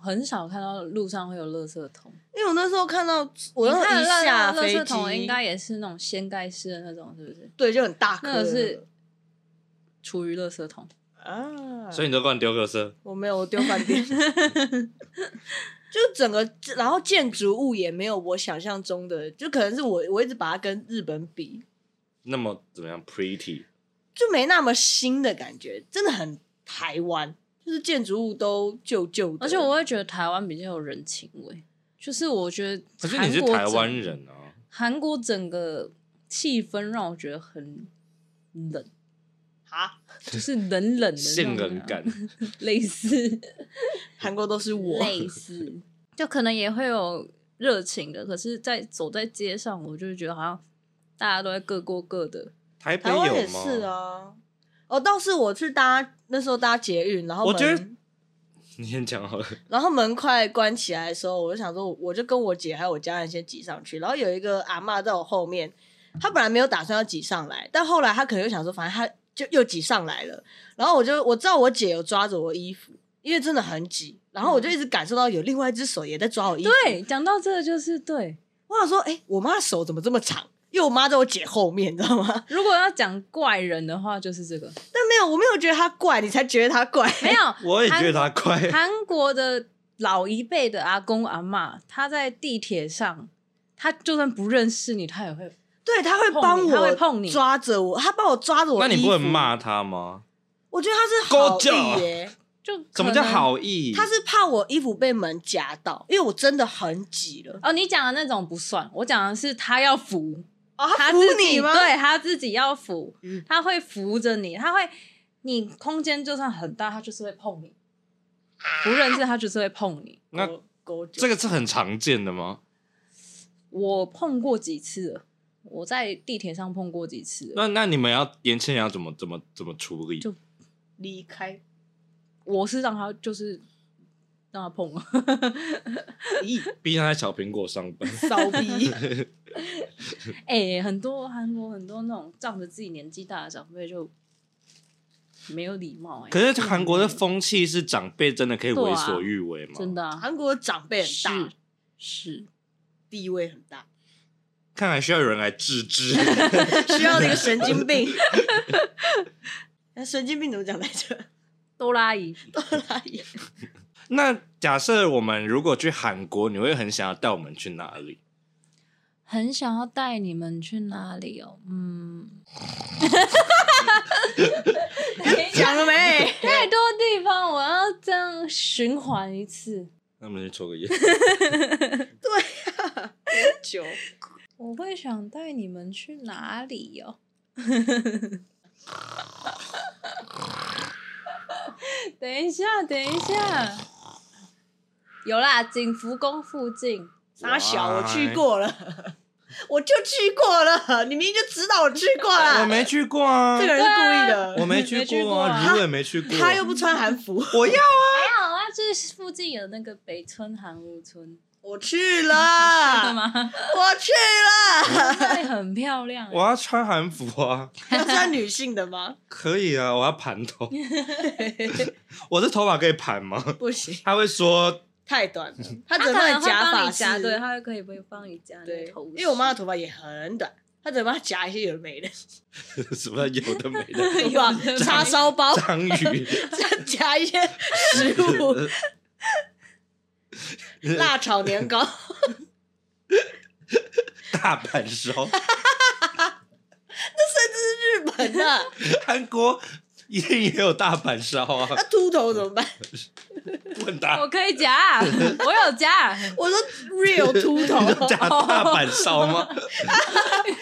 [SPEAKER 1] 很少看到路上会有垃圾桶。
[SPEAKER 2] 因为我那时候看到，我
[SPEAKER 1] 你
[SPEAKER 2] 那时候
[SPEAKER 1] 看
[SPEAKER 2] 一
[SPEAKER 1] 垃
[SPEAKER 2] 下
[SPEAKER 1] 垃
[SPEAKER 2] 飞
[SPEAKER 1] 圾
[SPEAKER 2] 机，
[SPEAKER 1] 桶应该也是那种掀盖式的那种，是不是？
[SPEAKER 2] 对，就很大颗
[SPEAKER 1] 那个是厨余垃圾桶。
[SPEAKER 2] 啊，
[SPEAKER 3] 所以你都乱丢垃圾。
[SPEAKER 2] 我没有，我丢饭 店。就整个，然后建筑物也没有我想象中的，就可能是我我一直把它跟日本比，
[SPEAKER 3] 那么怎么样？Pretty，
[SPEAKER 2] 就没那么新的感觉，真的很台湾，就是建筑物都旧旧的。
[SPEAKER 1] 而且我会觉得台湾比较有人情味，就是我觉得
[SPEAKER 3] 可是
[SPEAKER 1] 韩
[SPEAKER 3] 你是
[SPEAKER 1] 国
[SPEAKER 3] 台湾
[SPEAKER 1] 整
[SPEAKER 3] 人啊，
[SPEAKER 1] 韩国整个气氛让我觉得很冷，
[SPEAKER 2] 啊，
[SPEAKER 1] 就是冷冷的那种
[SPEAKER 3] 性冷
[SPEAKER 1] 啊
[SPEAKER 3] 感，
[SPEAKER 1] 类似
[SPEAKER 2] 韩国都是我，
[SPEAKER 1] 类似，就可能也会有热情的，可是在，走在街上，我就觉得好像大家都在各过各的。
[SPEAKER 3] 台北
[SPEAKER 2] 台湾也
[SPEAKER 3] 有吗？
[SPEAKER 2] 是啊。哦，倒是我去搭那时候搭捷运，然后
[SPEAKER 3] 我觉得
[SPEAKER 2] 门
[SPEAKER 3] 你先讲好了。
[SPEAKER 2] 然后门快关起来的时候，我就想说，我就跟我姐还有我家人先挤上去。然后有一个阿嬷在我后面，她本来没有打算要挤上来，但后来她可能又想说，反正她就又挤上来了。然后我就我知道我姐有抓着我衣服，因为真的很挤。然后我就一直感受到有另外一只手也在抓我衣服。
[SPEAKER 1] 对，讲到这个就是对。
[SPEAKER 2] 我想说，哎、我妈手怎么这么长？因为我妈在我姐后面，你知道吗？
[SPEAKER 1] 如果要讲怪人的话，就是这 个
[SPEAKER 2] 但没有，我没有觉得她怪，你才觉得她怪。
[SPEAKER 1] 没有。
[SPEAKER 3] 我也觉得他快，
[SPEAKER 1] 韩国的老一辈的阿公阿嬷，他在地铁上，他就算不认识你，他也会
[SPEAKER 2] 对，她会
[SPEAKER 1] 碰你
[SPEAKER 2] 帮
[SPEAKER 1] 她会
[SPEAKER 2] 我
[SPEAKER 1] 碰你
[SPEAKER 2] 抓着我，她帮我抓着我。
[SPEAKER 3] 那你不会？骂他吗？
[SPEAKER 2] 我觉得
[SPEAKER 3] 勾啊
[SPEAKER 2] 她是好
[SPEAKER 3] 脚
[SPEAKER 2] 意耶、
[SPEAKER 1] 就
[SPEAKER 3] 什
[SPEAKER 1] 可
[SPEAKER 3] 么叫
[SPEAKER 1] 能
[SPEAKER 3] 好意？
[SPEAKER 2] 他是怕我衣服被门夹到，因为我真的很挤了。
[SPEAKER 1] 哦，你讲的那种不算，我讲的是他要扶，
[SPEAKER 2] 哦
[SPEAKER 1] 他
[SPEAKER 2] 扶
[SPEAKER 1] 自
[SPEAKER 2] 你
[SPEAKER 1] 己
[SPEAKER 2] 吗？
[SPEAKER 1] 对他自己要扶，
[SPEAKER 2] 嗯
[SPEAKER 1] 他会扶着你，他会，你空间就算很大，他就是会碰你，不认识他就是会碰你。
[SPEAKER 3] 那
[SPEAKER 2] 狗狗脚
[SPEAKER 3] 这个是很常见的吗？
[SPEAKER 1] 我碰过几次了，我在地铁上碰过几次了，
[SPEAKER 3] 那那你们要年轻人要怎么怎么怎么处理？
[SPEAKER 1] 就
[SPEAKER 2] 离开，
[SPEAKER 1] 我是让他就是让他碰，
[SPEAKER 2] 咦，
[SPEAKER 3] 毕竟他在小苹果上班，
[SPEAKER 2] 骚逼，
[SPEAKER 1] 哎、很多韩国很多那种仗着自己年纪大的长辈就没有礼貌、哎，
[SPEAKER 3] 可是韩国的风气是长辈真的可以为所欲为吗？
[SPEAKER 1] 真，的、啊、
[SPEAKER 2] 韩国的长辈很
[SPEAKER 1] 是
[SPEAKER 2] 大，
[SPEAKER 1] 是。
[SPEAKER 2] 地位很大，
[SPEAKER 3] 看来需要有人来制止。
[SPEAKER 2] 需要那个神经病。那神经病怎么讲来着？
[SPEAKER 1] 哆啦 A
[SPEAKER 2] 哎呀
[SPEAKER 3] 那假设我们如果去韩国，你会很想要带我们去哪里？
[SPEAKER 1] 很想要带你们去哪里哦？ 嗯，
[SPEAKER 2] 讲了没？
[SPEAKER 1] 太多地方，我要这样循环一次。
[SPEAKER 3] 那我们去抽个烟。
[SPEAKER 2] 酒，
[SPEAKER 1] 我会想带你们去哪里哦？ 等一下，等一下，有啦，景福宫附近。
[SPEAKER 2] 傻小，我
[SPEAKER 3] Why？
[SPEAKER 2] 去过了， 我就去过了，你明明就知道我去过
[SPEAKER 3] 我
[SPEAKER 2] 了，
[SPEAKER 3] 没去过啊
[SPEAKER 2] 这，个人是故意的，
[SPEAKER 3] 我没去过
[SPEAKER 1] 没去过啊
[SPEAKER 3] 啊，如果也没去过，
[SPEAKER 2] 他又不穿韩 服，
[SPEAKER 3] 我要啊，
[SPEAKER 1] 还好啊，就是附近有那个北村韩屋村，
[SPEAKER 2] 我去
[SPEAKER 1] 干
[SPEAKER 2] 了，
[SPEAKER 1] 嘛？
[SPEAKER 2] 我去 了。
[SPEAKER 1] 那里很漂亮、
[SPEAKER 3] 我要穿韩服啊，
[SPEAKER 2] 要穿女性的吗？
[SPEAKER 3] 可以啊，我要 盘头，我这头发可以盘吗？
[SPEAKER 2] 不行，
[SPEAKER 3] 他会说
[SPEAKER 2] 太短了。他
[SPEAKER 1] 他
[SPEAKER 2] 只能
[SPEAKER 1] 可
[SPEAKER 2] 帮
[SPEAKER 1] 能
[SPEAKER 2] 你
[SPEAKER 1] 会
[SPEAKER 2] 夹
[SPEAKER 1] 帮
[SPEAKER 2] 发
[SPEAKER 1] 你夹，
[SPEAKER 2] 饰
[SPEAKER 1] 对，他会可以会帮你夹那
[SPEAKER 2] 对
[SPEAKER 1] 个头饰。
[SPEAKER 2] 因为我妈的头发也很短，她只能帮她夹一些有的 没的，
[SPEAKER 3] 什么有的没的，
[SPEAKER 2] 有
[SPEAKER 1] 啊
[SPEAKER 2] 吧？叉烧包，
[SPEAKER 3] 章鱼，
[SPEAKER 2] 夹一 些食物，辣炒年 糕，
[SPEAKER 3] 大阪烧，
[SPEAKER 2] 日本的，
[SPEAKER 3] 韩国一定也有大阪烧 啊
[SPEAKER 2] 那，秃头怎么办？
[SPEAKER 3] 问
[SPEAKER 1] 我
[SPEAKER 3] 他。
[SPEAKER 1] 可以夹，我有啊夹，
[SPEAKER 2] 我说 real 秃头，
[SPEAKER 3] 加大阪 烧吗？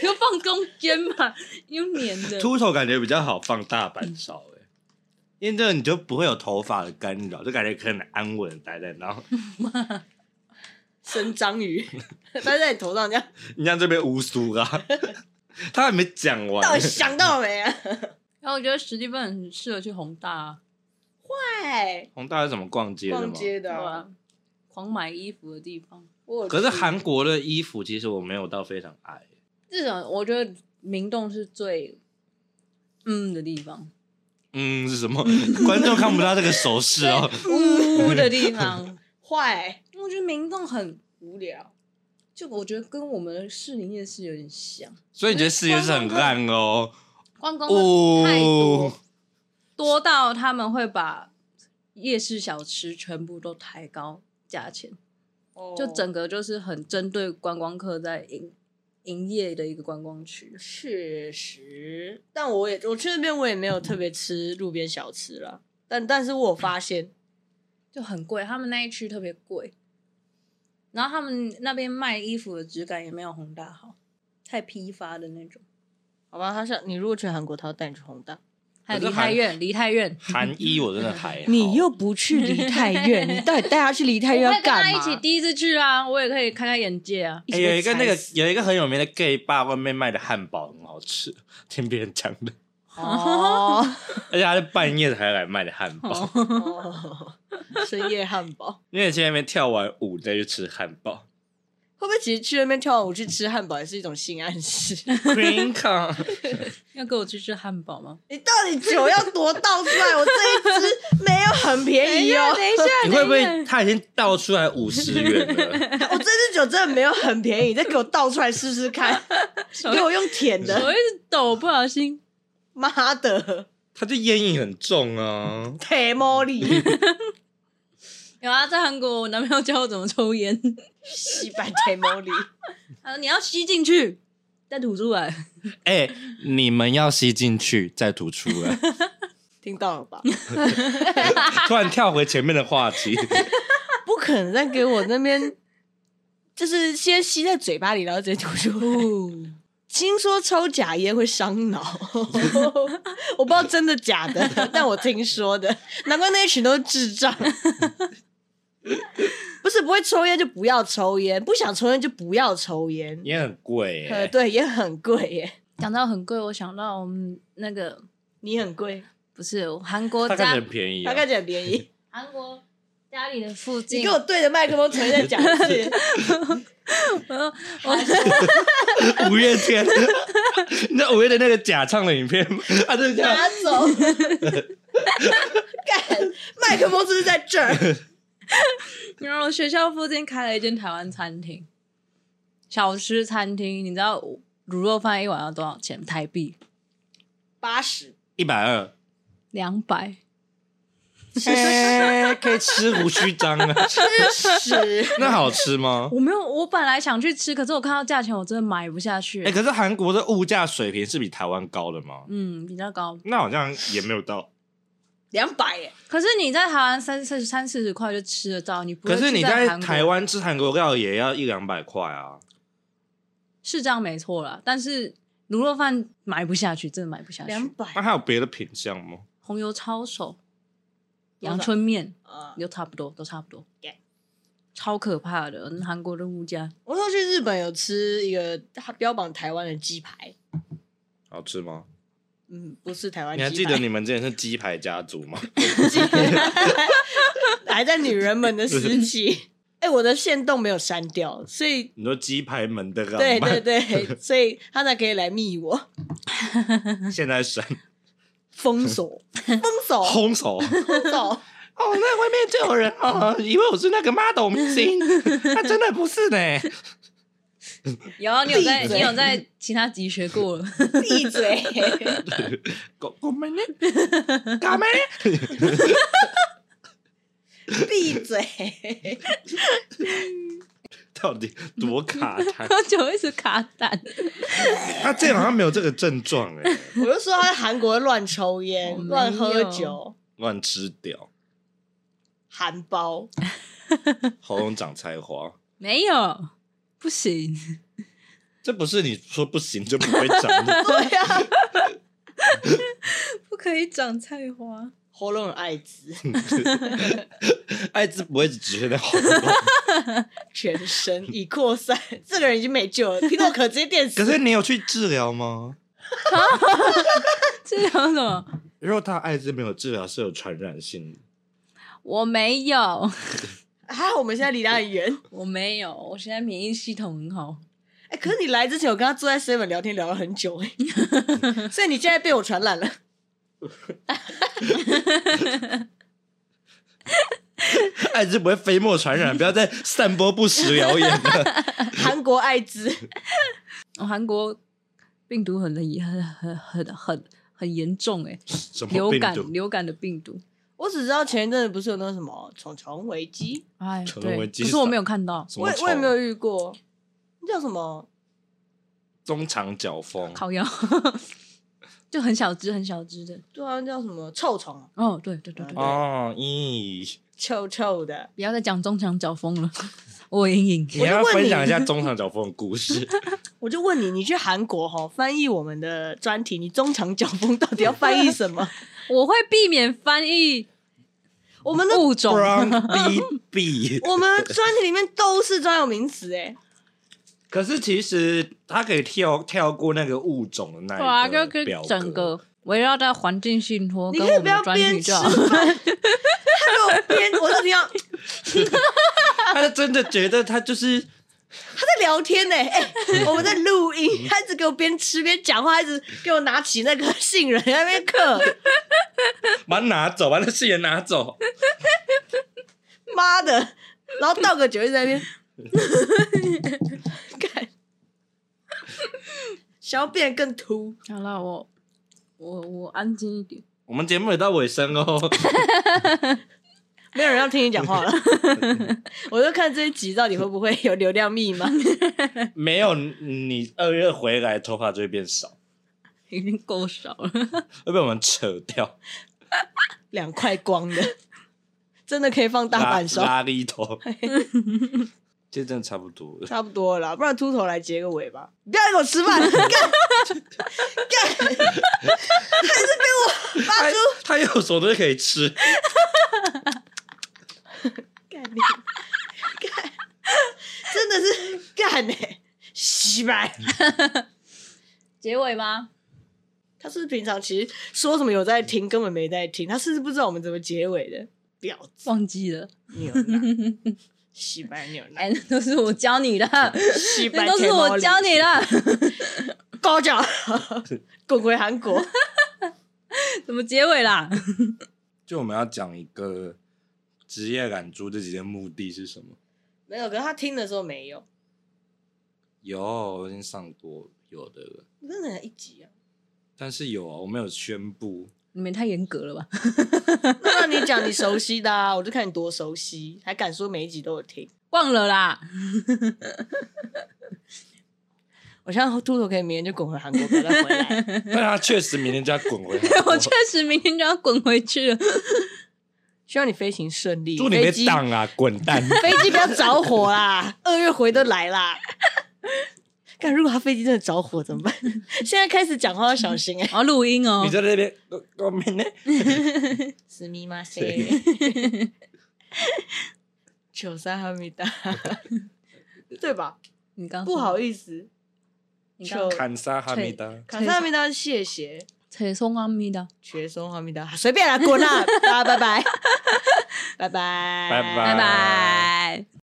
[SPEAKER 1] 就放中间嘛，又粘的。
[SPEAKER 3] 秃头感觉比较好放大阪烧哎、因为这个你就不会有头发的干扰，就感觉可以很安稳地待在那，然后
[SPEAKER 2] 生章鱼，戴在你头上这样，
[SPEAKER 3] 你像这边乌苏 啊，他还没讲完
[SPEAKER 2] 到底想到没 啊？
[SPEAKER 1] 然后我觉得史蒂芬很适合去宏大、啊，
[SPEAKER 2] 哎，
[SPEAKER 3] 宏大是怎么逛街的
[SPEAKER 2] 逛
[SPEAKER 3] 吗？
[SPEAKER 2] 街的
[SPEAKER 1] 对
[SPEAKER 2] 啊，
[SPEAKER 1] 吧？狂买衣服的地方，
[SPEAKER 2] 我有
[SPEAKER 3] 可是
[SPEAKER 2] 去
[SPEAKER 3] 韩国的衣服其实我没有到非常爱，
[SPEAKER 1] 这种我觉得明洞是最嗯的地方，
[SPEAKER 3] 嗯是什么？ 观众看不到这个手势哦。
[SPEAKER 2] 嗯
[SPEAKER 1] 呜的地方，
[SPEAKER 2] 坏，
[SPEAKER 1] 我觉得明洞很无聊，就我觉得跟我们的士林夜市有点像，
[SPEAKER 3] 所以你觉得四月是很烂哦？
[SPEAKER 1] 观光客太多，
[SPEAKER 3] 哦，
[SPEAKER 1] 多到他们会把夜市小吃全部都抬高价钱，就整个就是很针对观光客在营营业的一个观光区。
[SPEAKER 2] 确实，但我也我去那边我也没有特别吃路边小吃啦，但但是我有发现，
[SPEAKER 1] 就很贵，他们那一区特别贵。然后他们那边卖衣服的质感也没有宏大好，太批发的那种。
[SPEAKER 2] 好吧，他想你如果去韩国，他要带你去宏大，
[SPEAKER 1] 还有
[SPEAKER 3] 可
[SPEAKER 1] 梨
[SPEAKER 3] 是
[SPEAKER 1] 泰
[SPEAKER 3] 韩
[SPEAKER 1] 院，梨泰院，
[SPEAKER 3] 韩一我真的还好
[SPEAKER 2] 你又不去梨泰院，你到底带他去梨泰
[SPEAKER 1] 我
[SPEAKER 2] 院
[SPEAKER 1] 会跟
[SPEAKER 2] 要干
[SPEAKER 1] 他
[SPEAKER 2] 嘛？
[SPEAKER 1] 一起第一次去啊，我也可以开开眼界啊。
[SPEAKER 3] 哎、有一个那个有一个很有名的 gay 爸外面卖的汉堡很好吃，听别人讲的，
[SPEAKER 2] 哦，
[SPEAKER 3] 而且他是半夜才来卖的汉堡，
[SPEAKER 2] 哦深夜汉堡。
[SPEAKER 3] 因为你去那边跳完舞再去吃汉堡。
[SPEAKER 2] 会不会其实去那边跳完舞去吃汉堡也是一种性暗示？
[SPEAKER 3] Green Con，
[SPEAKER 1] 要跟我去吃汉堡吗？
[SPEAKER 2] 你到底酒要多倒出来？我这一支没有很便宜哦，
[SPEAKER 1] 哎一下，
[SPEAKER 3] 你会不会他已经倒出来五十元了？
[SPEAKER 2] 我这支酒真的没有很便宜，再给我倒出来试试 看，给我用舔
[SPEAKER 1] 我
[SPEAKER 2] 的，
[SPEAKER 1] 一直抖，不小心。
[SPEAKER 2] 妈 的，
[SPEAKER 3] 他就烟瘾很重啊！
[SPEAKER 2] 铁毛利，
[SPEAKER 1] 有啊，在韩国我男朋友教我怎么抽烟，
[SPEAKER 2] 西班铁毛利，
[SPEAKER 1] 他说你要吸进去，再吐出来。
[SPEAKER 3] 哎、你们要吸进去再吐出来，
[SPEAKER 2] 听到了吧？
[SPEAKER 3] 突然跳回前面的话题。
[SPEAKER 2] 不可能再给我那 边，就是先吸在嘴巴里，然后直接吐出来。听说抽假烟会伤脑， 我不知道真的假 的，但我听说的。难怪那一群都是智 障。不是不会抽烟就不要抽烟，不想抽烟就不要抽烟。
[SPEAKER 3] 也很贵、耶
[SPEAKER 2] 呃，对，也很贵耶，
[SPEAKER 1] 讲到很贵，我想到我们那个
[SPEAKER 2] 你很贵，
[SPEAKER 1] 不是韩国
[SPEAKER 3] 它看起来
[SPEAKER 1] 家
[SPEAKER 3] 很便宜、啊
[SPEAKER 2] 大，概很便宜。
[SPEAKER 1] 韩国家里的附
[SPEAKER 2] 你
[SPEAKER 1] 近
[SPEAKER 2] 给，我对着麦克风重新再讲一 次，
[SPEAKER 1] 我
[SPEAKER 3] 五月天，你知道五月天 那个假唱的影片吗？ 啊他就是这
[SPEAKER 1] 啊
[SPEAKER 3] 样，
[SPEAKER 2] 拿 走。干，麦克风是不是在这儿？
[SPEAKER 1] 然后学校附近开了一间台湾餐厅，小吃餐厅，你知道卤肉饭一碗要多少钱？台币
[SPEAKER 2] 八十，
[SPEAKER 3] 一百二，
[SPEAKER 1] 两百，
[SPEAKER 3] 哎 可以吃胡须章啊？
[SPEAKER 2] 是
[SPEAKER 3] 那好 吃吗？
[SPEAKER 1] 我没有，我本来想去吃，可是我看到价钱，我真的买不下去。
[SPEAKER 3] 哎、可是韩国的物价水平是比台湾高的吗？
[SPEAKER 1] 嗯，比较高。
[SPEAKER 3] 那好像也没有到。
[SPEAKER 2] 两百耶。
[SPEAKER 1] 可是你在台湾三四三四十块就吃得到，你 不会
[SPEAKER 3] 可是你
[SPEAKER 1] 去在
[SPEAKER 3] 在
[SPEAKER 1] 韩国
[SPEAKER 3] 台湾吃韩国料也要一两百块啊，
[SPEAKER 1] 是这样没错啦，但是卤肉饭买不下去，真的买不下
[SPEAKER 2] 两
[SPEAKER 1] 去。
[SPEAKER 2] 百
[SPEAKER 3] 那还有别的品相吗？
[SPEAKER 1] 红油抄手、
[SPEAKER 2] 多少
[SPEAKER 1] 阳春面
[SPEAKER 2] 啊！
[SPEAKER 1] 都差不多，都差不多
[SPEAKER 2] Yeah。
[SPEAKER 1] 超可怕的，嗯韩国的物价。
[SPEAKER 2] 我那时候去日本有吃一个标榜台湾的鸡排，
[SPEAKER 3] 好吃吗？
[SPEAKER 2] 嗯，不是台湾
[SPEAKER 3] 你
[SPEAKER 2] 鸡
[SPEAKER 3] 还
[SPEAKER 2] 排，
[SPEAKER 3] 记得你们之前是鸡排家族吗？
[SPEAKER 2] 还在女人们的时期。哎、我的线动没有删掉，所 以
[SPEAKER 3] 你说鸡排门的浪
[SPEAKER 2] 对对
[SPEAKER 3] 漫，
[SPEAKER 2] 对，所以他才可以来密我
[SPEAKER 3] 现 在神
[SPEAKER 2] 封 锁，封锁，
[SPEAKER 3] 轰手。
[SPEAKER 2] 封锁。
[SPEAKER 3] 哦，那外面就有人哦，以为我是那个 model 明 星，他真的不是呢。
[SPEAKER 1] 有，你有在，
[SPEAKER 2] 闭嘴
[SPEAKER 1] 你有在 其他集学 过了。
[SPEAKER 2] 闭嘴！
[SPEAKER 3] 狗 狗们呢？干嘛呢？
[SPEAKER 2] 闭嘴！
[SPEAKER 3] 到底多卡痰？
[SPEAKER 1] 喝酒一直卡蛋，
[SPEAKER 3] 他这好像没有这个症状哎，
[SPEAKER 2] 我就说他在韩国乱抽烟
[SPEAKER 1] 我、没有
[SPEAKER 2] 乱喝酒、
[SPEAKER 3] 乱吃屌，
[SPEAKER 2] 含包，
[SPEAKER 3] 喉咙长菜花。
[SPEAKER 1] 没有，不行。
[SPEAKER 3] 这不是你说不行就不会长的，
[SPEAKER 2] 对呀、啊，
[SPEAKER 1] 不可以长菜花。
[SPEAKER 2] 喉咙有艾滋，
[SPEAKER 3] 艾滋不会只会在喉咙。
[SPEAKER 2] 全身已扩散，这个人已经没救了，皮诺可直接电死。
[SPEAKER 3] 可是你有去治疗吗？
[SPEAKER 1] 这有什么？
[SPEAKER 3] 如果他艾滋没有治疗是有传染性的，
[SPEAKER 1] 我没有，
[SPEAKER 2] 啊，我们现在离他很远。
[SPEAKER 1] 我没有，我现在免疫系统很好。
[SPEAKER 2] 哎、可是你来之前，我跟他坐在 seven 聊天聊了很久、哎，所以你现在被我传染了。
[SPEAKER 3] 艾滋不会飞沫传 染，不要再散播不实谣言了。
[SPEAKER 2] 韩国艾滋，
[SPEAKER 1] 哦韩国病毒很很很很很很严重哎、
[SPEAKER 3] 什
[SPEAKER 1] 流
[SPEAKER 3] 么病
[SPEAKER 1] 感
[SPEAKER 3] 毒？
[SPEAKER 1] 流感的病毒，
[SPEAKER 2] 我只知道前一阵子不是有那个什么虫虫危机，
[SPEAKER 1] 哎，
[SPEAKER 3] 成为
[SPEAKER 1] 对，
[SPEAKER 3] 机
[SPEAKER 1] 可是我
[SPEAKER 3] 场
[SPEAKER 1] 没有看到
[SPEAKER 3] 什么
[SPEAKER 2] 我也
[SPEAKER 3] 虫
[SPEAKER 2] 我也没有遇过，那叫什么？
[SPEAKER 3] 中长角风，
[SPEAKER 1] 烤鸭， 就很小只很小只的。
[SPEAKER 2] 对啊，那叫什么臭虫啊，
[SPEAKER 1] 哦，对对对对，
[SPEAKER 3] 哦，咦，
[SPEAKER 2] 臭臭的。
[SPEAKER 1] 不要再讲中强角风了，我有阴影。
[SPEAKER 3] 你要
[SPEAKER 2] 我就问
[SPEAKER 3] 分
[SPEAKER 2] 你
[SPEAKER 3] 享一下中长角风的故 事，
[SPEAKER 2] 我就问你，你去韩国哈、翻译我们的专题，你中长脚风到底要翻译什 么？
[SPEAKER 1] 我会避免翻译
[SPEAKER 2] 我们的
[SPEAKER 1] 物种
[SPEAKER 3] 不，然 B B。
[SPEAKER 2] 我们的专题里面都是专有名词哎，
[SPEAKER 3] 可是其实它可以跳跳过那个物种的那
[SPEAKER 1] 对啊，
[SPEAKER 3] 一
[SPEAKER 1] 就
[SPEAKER 3] 个
[SPEAKER 1] 跟
[SPEAKER 3] 表格，
[SPEAKER 1] 整个 围绕在环境信托
[SPEAKER 2] 你
[SPEAKER 1] 跟
[SPEAKER 2] 可以
[SPEAKER 1] 我们
[SPEAKER 2] 不要
[SPEAKER 1] 的专
[SPEAKER 2] 边
[SPEAKER 1] 题
[SPEAKER 2] 吃
[SPEAKER 1] 就好。
[SPEAKER 2] 饭，他给我边，我就听到他
[SPEAKER 3] 他是真的觉得他就是
[SPEAKER 2] 在聊天呢， 哎，我们在录音，他一直给我边吃边讲话，他一直给我拿起那个杏仁在那边嗑，
[SPEAKER 3] 把它拿走，把那誓言 拿走。
[SPEAKER 2] 妈的，然后倒个酒一直在 那边，看，想要变得更秃。
[SPEAKER 1] 好了，我 我我安静一点。
[SPEAKER 3] 我们节目也到尾声 哦，
[SPEAKER 2] 没有人要听你讲 话了。我就看这一集到底会不会有流量密码。
[SPEAKER 3] 没有你二月回来头发就会变少，
[SPEAKER 1] 已经够少了，
[SPEAKER 3] 会被我们扯掉，
[SPEAKER 2] 两块光的，真的可以放大
[SPEAKER 3] 拉
[SPEAKER 2] 半烧，
[SPEAKER 3] 拉力 头，这真的差不多了。
[SPEAKER 2] 差不多了啦。不然秃头来结个尾吧。你不要来给我 吃饭，干干，还是给我发出
[SPEAKER 3] 他有什么东西可以吃？
[SPEAKER 2] 干你干，真的是干呢、欸，洗白。
[SPEAKER 1] 结尾吗？
[SPEAKER 2] 他是不是平常其实说什么有在听，根本没在听？他是不是不知道我们怎么结尾的？婊子
[SPEAKER 1] 忘记了，
[SPEAKER 2] 牛奶，洗白牛奶
[SPEAKER 1] 哎，。那都是我教你的，
[SPEAKER 2] 西班
[SPEAKER 1] 那都是我教你的。
[SPEAKER 2] 高脚，滚回韩国。
[SPEAKER 1] 怎么结尾啦？
[SPEAKER 3] 就我们要讲一个职业懒猪这几天目的是什么？
[SPEAKER 2] 没有，可是他听的时候没有，
[SPEAKER 3] 有，我已经上过有的了，
[SPEAKER 2] 我真的才一集啊。
[SPEAKER 3] 但是有啊，我没有宣 布。
[SPEAKER 1] 你们也太严格了吧？
[SPEAKER 2] 那你讲你熟悉的啊，我就看你多熟悉，还敢说每一集都有听。
[SPEAKER 1] 忘了啦，
[SPEAKER 2] 我现在秃头可以明天就滚回韩国，不要再回来。
[SPEAKER 3] 但他确实明天就要滚回韩国
[SPEAKER 1] 我确实明天就要滚回去了。
[SPEAKER 2] 希望你飞行顺利，
[SPEAKER 3] 祝你
[SPEAKER 2] 飞
[SPEAKER 3] 别
[SPEAKER 2] 机
[SPEAKER 3] 当啊，滚 蛋！
[SPEAKER 2] 飞机不要着火 啦，二月回都来啦。但如果他飞机真的着火怎么办？ 现在开始讲话要小心哎、
[SPEAKER 1] 我要录音哦
[SPEAKER 3] 你。在那边，我我明天
[SPEAKER 2] 死密吗？谁
[SPEAKER 3] 对？
[SPEAKER 2] 九三哈密达，对吧？
[SPEAKER 1] 你刚
[SPEAKER 2] 不好意思，
[SPEAKER 1] 你刚
[SPEAKER 2] 就
[SPEAKER 3] 砍杀哈密达。
[SPEAKER 2] 卡萨哈密达是谢谢，
[SPEAKER 1] 扯松阿啊咪的，
[SPEAKER 2] 学生哈密达随 便啦，滚啦，大家拜拜，拜拜，
[SPEAKER 3] 拜拜
[SPEAKER 1] 拜拜。